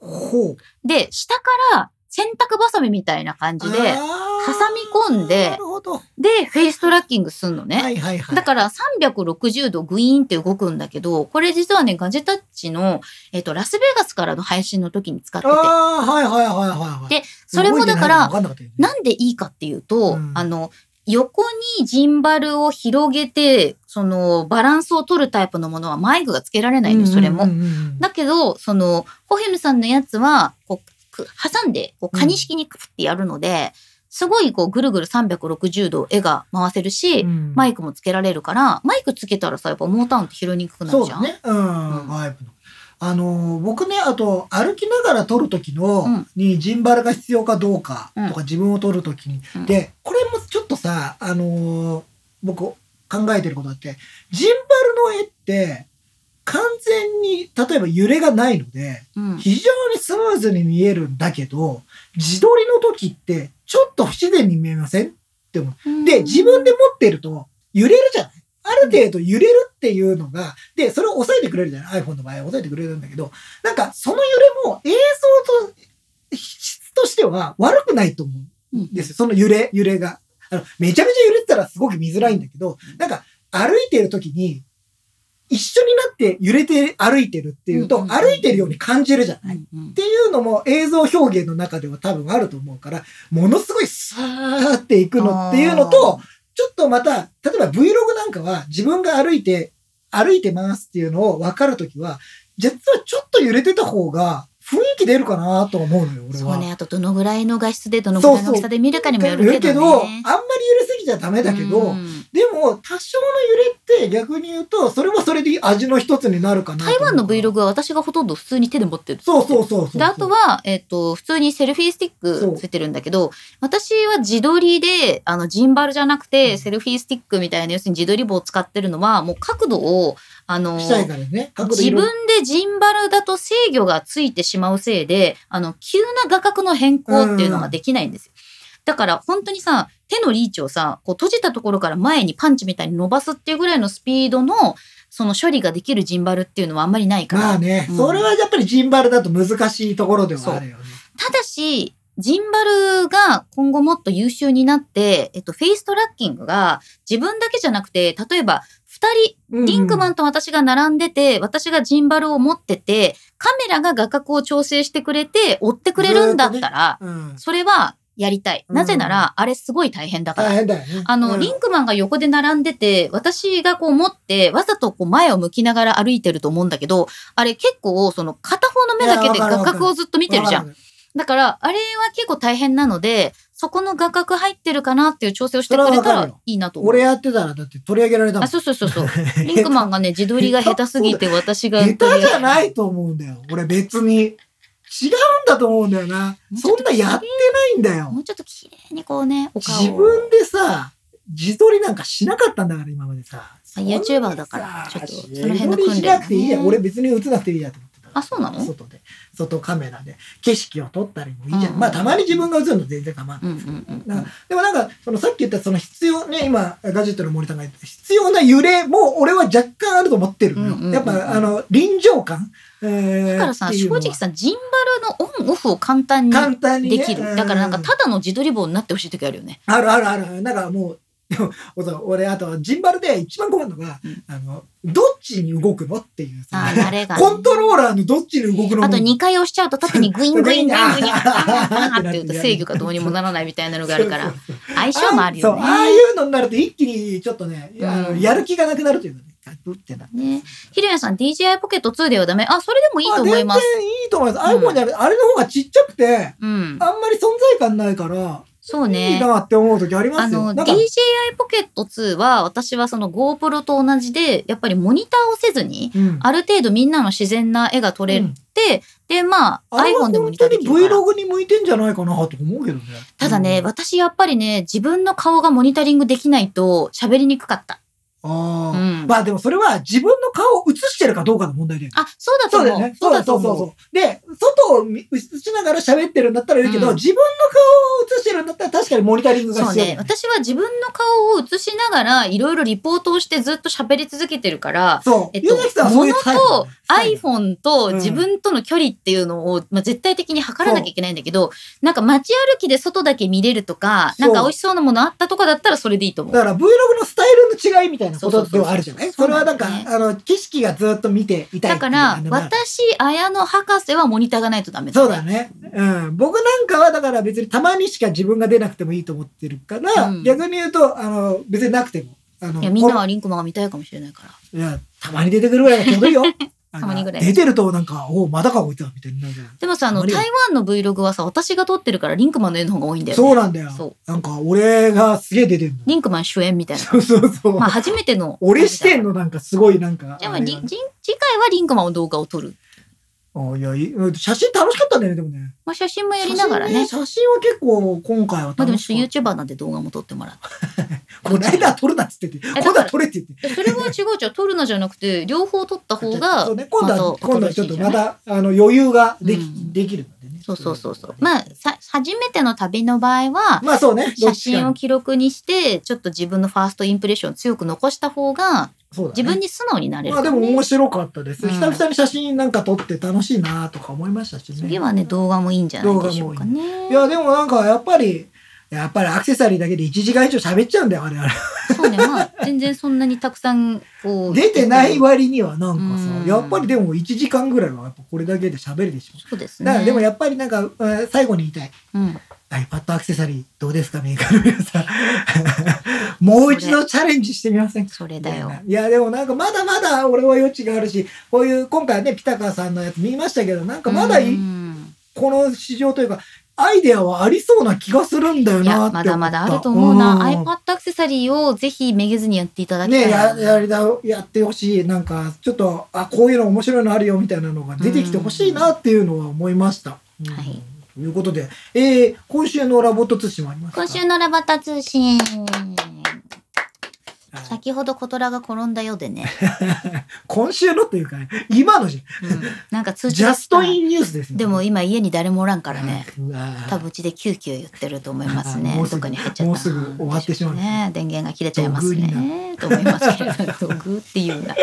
ほう。
で、下から洗濯バサミみたいな感じで、
あー
挟み込んで
なるほど。は
で、フェイストラッキングすんのね。
いはいはい。
だから360度グイーンって動くんだけど、これ実はね、ガジェタッチの、えっと、ラスベガスからの配信の時に使ってて、
ああー、はいはいはいはいはい。
でそれもだから、
動いてないの分んなかったよね
なんでいいかっていうと、
うん
あの、横にジンバルを広げて、その、バランスを取るタイプのものはマイクがつけられないの、それも。
うんうんうんうん
だけど、その、ホヘムさんのやつは、こう、く挟んで、こう、カニ式にクってやるので、すごい、こう、ぐるぐる360度絵が回せるし、
うん
マイクもつけられるから、マイクつけたらさ、やっぱモーターンって拾いにくくな
そ
る
う
じゃ
だ
ん。
ね。うん。
うん
バイブの。あのー僕ね、あと、歩きながら撮る時の、
うん
にジンバルが必要かどうかとか、
う
自分を撮る時に。
うん
で、これもちょっとさ、あのー僕、考えてることあって、ジンバルの絵って、完全に、例えば揺れがないので、
うん。
非常にスムーズに見えるんだけど、自撮りの時って、ちょっと不自然に見えませんで、自分で持ってると揺れるじゃないある程度揺れるっていうのが、で、それを抑えてくれるじゃない ?iPhone の場合は抑えてくれるんだけど、なんかその揺れも映像と質としては悪くないと思
う
うん
ん
ですよ。その揺れ、揺れが。あの、めちゃめちゃ揺れてたらすごく見づらいんだけど、なんか歩いてる時に、一緒になって揺れて歩いてるっていうと、
うんうんうん
歩いてるように感じるじゃ
う
ない、っ
んうん
ていうのも映像表現の中では多分あると思うから、ものすごいさーっていくのっていうのと、、ちょっとまた、例えば Vlog なんかは自分が歩いて、歩いてますっていうのを分かるときは、実はちょっと揺れてた方が雰囲気出るかなとは思うのよ、俺
そ
は。
うね、あとどのぐらいの画質でどのぐらいの大きさで見るかにもよるけ
あ
どね。
んまり揺れすぎちゃダメだけど、
うん
でも、多少の揺れって逆に言うと、それはそれで味の一つになるかなと思
台
う
湾の Vlog は私がほとんど普通に手で持ってる。
そうそうそうそう。
で、あとは、えっ、と、普通にセルフィースティッ
そ
ク
う
ついてるんだけど、私は自撮りで、あの、ジンバルじゃなくて、
うん
セルフィースティックみたいな、要するに自撮り棒を使ってるのは、もう角度を、あの、
したいからね。角度
自
いろいろ
分でジンバルだと制御がついてしまうせいで、あの、急な画角の変更っていうのができないんですよ。だから本当にさ、手のリーチをさ、こう閉じたところから前にパンチみたいに伸ばすっていうぐらいのスピードの、その処理ができるジンバルっていうのはあんまりないから。
まあね、
うん
それはやっぱりジンバルだと難しいところではあるよね。
ただし、ジンバルが今後もっと優秀になって、えっと、フェイストラッキングが自分だけじゃなくて、例えば二人、リンクマ
ン
ンと私が並んでて、私がジンバルを持ってて、カメラが画角を調整してくれて、追ってくれるんだったら、
うん、
それはやりたい。
うん
なぜなら、あれすごい大変だから
大。変だよね。
あの、
うん
リンクマンが横で並んでて、私がこう持って、わざとこう前を向きながら歩いてると思うんだけど、あれ結構、その片方の目だけ
い
で
やわかるわ
画
かる
角をずっと見てるじゃん。
わかる
だから、あれは結構大変なので、そこの画角入ってるかなっていう調整をしてくれ
それは
た
わからる
い
よ
いなと思う
俺。やってたらだって取り上げられたも
あ、
ん。
そうそうそうそう。リンクマンがね、自撮りが下手すぎて私が。
下手じゃないと思うんだよ。俺別に。違うんだと思うんだよな。そんなやってないんだよ
も。うちょっと綺麗にこうね、お顔を。
自分でさ、自撮りなんかしなかったんだから、今までさ。
まあ YouTuber だから
そんな
ちょっ
さ
とその辺の
自撮りしなくていいや。
訓練ね
俺別に映なくていいやと思ってた。
あそうなの
外で。外カメラで。景色を撮ったりもいいじゃん。
うん
まあ、たまに自分が映るの全然構わ
う
ない。
んうんうんう
なんんかでもなんか、そのさっき言ったその必要ね、今、ガジェットの森さんが言ってた必要な揺れも俺は若干あると思ってるのよ。
うんうんうん
やっぱ、あの、臨場感だ
だからさ、正直さ、ジンバルのオンオフを簡単に
簡単にね、
できる。だからなんか、
う
ただの自撮り棒になってほしい時あるよね。
あるあるある。なんかもう、でも俺、あと、ジンバルで一番困るのが、
うん
あの、どっちに動くのっていうさ
あー、慣れがね
コントローラーのどっちに動くの
あと
に
2回押しちゃうと特にグイングイングイングイン、ガーガーって言うと制御がどうにもならないみたいなのがあるから、相性もあるよ
そう、
ね。
ああいうのになると一気にちょっとね、あの
うん
やる気がなくなるというかね、ガクってなる。
ね、ひろやさん DJI ポケット2ではダメあそれでもいい
あ
と思います。
全然いいと思います。
うん
iPhone じゃなくて、あれの方がちっちゃくて、
うん、
あんまり存在感ないから、
そう
いい
ね。
なって思う時ありま
あ
すよ。
の
なん
DJI
か、
ポケット2は私はその GoPro と同じでやっぱりモニターをせずに
うん
ある程度みんなの自然な絵が撮れて、
うん
でまあ
あれは
iPhone でも
本
モニタ
当
ーで
に
きるから
Vlog に向いてんじゃないかなと思うけどね。
ただね、
うん
私やっぱりね自分の顔がモニタリングできないと喋りにくかった、
あ
う
あ、
ん、
まあでもそれは自分の顔を映してるかどうかの問題で。
あそうだと
そうだよ
思う
ね。そうだ
と
そう
思
そうそう。で、外を見映しながら喋ってるんだったらいいけど、
うん
自分の顔を映してるんだったら確かにモニタリングが
そう
必要だ
ね
よ、ね。
私は自分の顔を映しながらいろいろリポートをしてずっと喋り続けてるから、
そう。
えっ
ゆう
と
なきさん、はそうい
物
うタイプだ
と
ね。
iPhone と
うん
自分との距離っていうのを、まあ、絶対的に測らなきゃいけないんだけど、なんか街歩きで外だけ見れるとか、
そ
な
うん
か美味しそうなものあったとかだったらそれでいいと思
だ
う。
から Vlog のスタイルの違いみたいなことではあるじゃないそ
そ
うれ
そうそ
は
うそ
な
うん
か、
そうなん
あの、景色がずっと見ていたい
だか
っ
ら
ていうの、がある
私、綾野博士はモニターがないとダメだ、
そうだ。ね。うん。僕なんかは、だから別にたまにしか自分が出なくてもいいと思ってるから、
うん
逆に言うと、あの、別になくても。あの
いや、みんな
こ
はリンクマンが見たいかもしれないから。
のいや、たまに出てくるぐ
*laughs*
らいがちょうどいいよ。あの
たまにぐらい
出てるとなんか、おまだかこいつは、みたいになるじゃん
でもさ、あの、
あれ
台湾の Vlog はさ、私が撮ってるからリンクマンの絵の方が多いんだよ、ね。
そうなんだ
そ
よ。なんか、俺がすげえ出てんの。
リンクマン主演みたいな。
そうそうそう。
まあ、初めての。
俺視点のなんかすごいなんか。
じゃあ、ま
あ
あ、
れ
りん次回はリンクマンの動画を撮る。
あいやいいうん写真楽しかったんだよね、でもね。
まあ、写真もやりながらね。
写真写真は結構今回は
まあ、でも
楽
ちょ
しかっ
っと YouTuber なんで動画も撮ってもらって
た。こないだ撮るなっつってて、
ら
今度は撮れって言って。
いやそれは違うじゃん撮るのじゃなくて両方撮った方が
そうね、今度は、
また
今度はちょっとま
新しいじゃない
た、あの、余裕ができ、
うん
できるのでね。
そうそうそうそうまあさ初めての旅の場合は
まあそうね。ど
写
っちか
真を記録にしてちょっと自分のファーストインプレッションを強く残した方が
そうだね
自分に素直になれる
ま
か
あ
ら
で
ね、
も面白かったです。
うん
久々に写真なんか撮って楽しいなとか思いましたしね。
次はね動画もいいんじゃないでしょうかね
いや、でもなんかやっぱり、やっぱりアクセサリーだけで1時間以上喋っちゃうんだよ、あれあれ。
そうねまあ全然そんなにたくさんこう
出てない割にはなんか
うん
さ、やっぱりでも1時間ぐらいはやっぱこれだけで喋るでしょ。
そうですね
だから *laughs* でもやっぱりなんか、うん最後に言いたい。
うん、
iPad アクセサリーどうですかメーカーの皆さ
*laughs*
ん。もう一度チャレンジしてみませんか
それだよ
いや、でもなんかまだまだ俺は余地があるし、こういう今回はね、ピタカーさんのやつ見ましたけど、なんかまだい
うん
この市場というか、アイデアはありそうな気がするんだよ
いや
なって思った。
まだまだあると思うな iPad アクセサリーをぜひめげずにやっていただきたい
ね
な
ややりだやってほしいなんかちょっとあこういうの面白いのあるよみたいなのが出てきてほしいなっていうのは思いました。うん
はい
ということで、えー、今週のラボット通信もありますか
今週のラバタ通信
はい
先ほど小虎が転んだよう
*laughs*
でね、
今週のというか、今のじ
うんなんか通知
ジャ
が
ストインニュースですね。
でも今家に誰もおらんからね
うわー
多分うちで救急言ってると思いますね。
も
ど
うすぐ
こに入っちゃった
もうすぐ終わってしまう
ね。電源が切れちゃいます
ドグ
ね。と思いますけれど、ドグっていうな。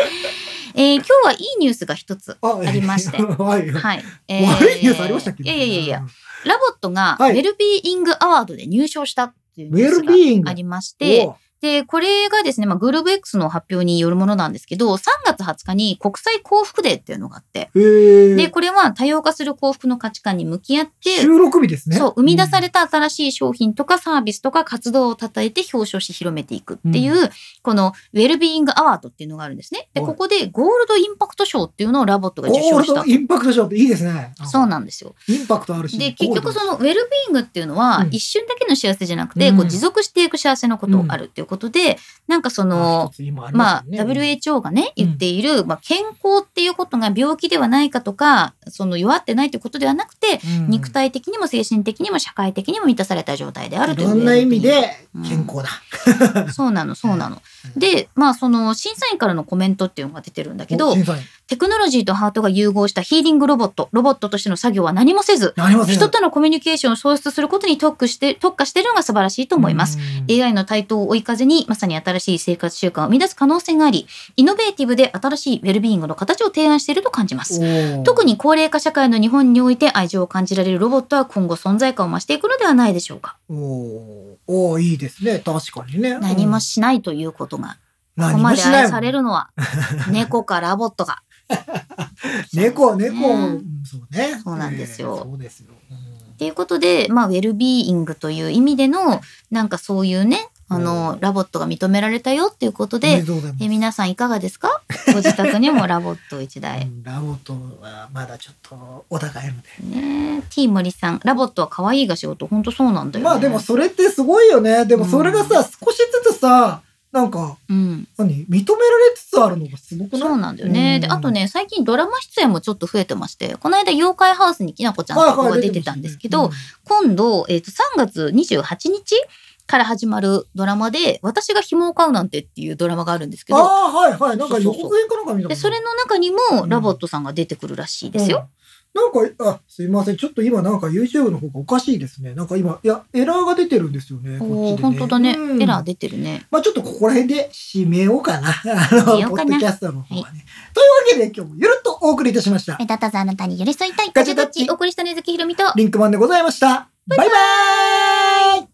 えー、今日はいいニュースが一つ。
あ
ありまして
*laughs* はい。
はい。え
悪いニュースありましたっけ
いやいやいやいや。。ラボットがウ
はい
ェルビーイングアワードで入賞したっていうニュ
ウェルビーイン
ースが
グ
ありまし
で、
て、
お
で、これがですね、まあ、グルーブ X の発表によるものなんですけど、3月20日に国際幸福デーっていうのがあって、
え
で、
ー、
これは多様化する幸福の価値観に向き合って、
収録日ですね。
そう、生み出された新しい商品とかサービスとか活動を称えて表彰し広めていくっていう、このウェルビーイングアワードっていうのがあるんですね。で、
はい
ここでゴールドインパクト賞っていうのをラボット
う
が
ん。
受
ゴー
賞
ル
した
ド。インパクト賞っていいですね。
そう
な
なんですよ。
インパクトあるし。
で、結局そ
の、
のウェルビーイングっていうのは
うん
一瞬だけの幸せじゃなくて、
うん
こう持続していく幸せのことをあるっていうことで、なんかそ
あ
の
一、つ今あり
まあ
す、ね
WHO がね、言っている、まあ、健康っていうことが病気ではないかとか、その弱ってないっていうことではなくて、
うん
肉体的にも精神的にも社会的にも満たされた状態である
い
という
ろんな意味で
うん
健康だ。
そうなのそうなの
う。ん
でまあその審査員からのコメントっていうのが出てるんだけど
お審査員
テクノロジーとハートが融合したヒーリングロボットロボットとしての作業は何もせず
なりません
人とのコミュニケーションを創出することに特化して特化してるのが素晴らしいと思います。。
うん
AI の台頭を追い風にまさに新しい生活習慣を生み出す可能性がありイノベーティブで新しいウェルビーイングの形を提案していると感じます。
おー
特に高齢化社会の日本において愛情を感じられるロボットは今後存在感を増していくのではないでしょうか。
おーおーいいですね。確かにね。
何も
し、
しないということが、ここ
何
ま
も
で
しない
愛
もん。
されるのは猫かラボッ
*laughs*
ト *laughs* か。
猫、猫、
ね
うんそうね。
そうなんですよ
えーそうですよ。うん
っていうことで、まあ、ウェルビーイングという意味でのなんかそういうねあの、ラボットが認められたよっていうこと
おめ
で
で、とうございます
え皆さんいかがですかご自宅にもラボット一台。 *laughs*
うんラボットはまだちょっとお高いので。
ね T 森さんラボットは可愛いが仕事本当そうなんだよね。
まあでもそれってすごいよね。でもそれがさ、
う
少しずつさ、なんか、
うん、
何認められつつあるのがすごくない
そうなんだよね。であと、ね最近ドラマ出演もちょっと増えてましてこの間「妖怪ハウス」にきなこちゃんとかが出てたんですけど、今度、えー、と3月28日から始まるドラマで「私が紐を買うなんて」っていうドラマがあるんですけ
あ
ど
あー、はいはい。なんか
そ
予
うそうそう
告編かなんか見た
でそれの中にもラボットさんが出てくるらしいですよ。
うんなんか、あ、すいません。ちょっと今なんか YouTube の方がおかしいですね。なんか今、いや、エラーが出てるんですよね。
お
こっち
お
で
本当だね、
うん
エラー出てるね。
まあちょっとここら辺で締めようかな。あの、
めよ
*laughs*
う
ポ
かな
ッドキャストの方はね。というわけで今日もゆるっとお送りいたしました。
目立たずあなたに寄り添いたい
ガチャタッチ
お送りしたねずきひろみと
リンクマンでございました。バイバーイ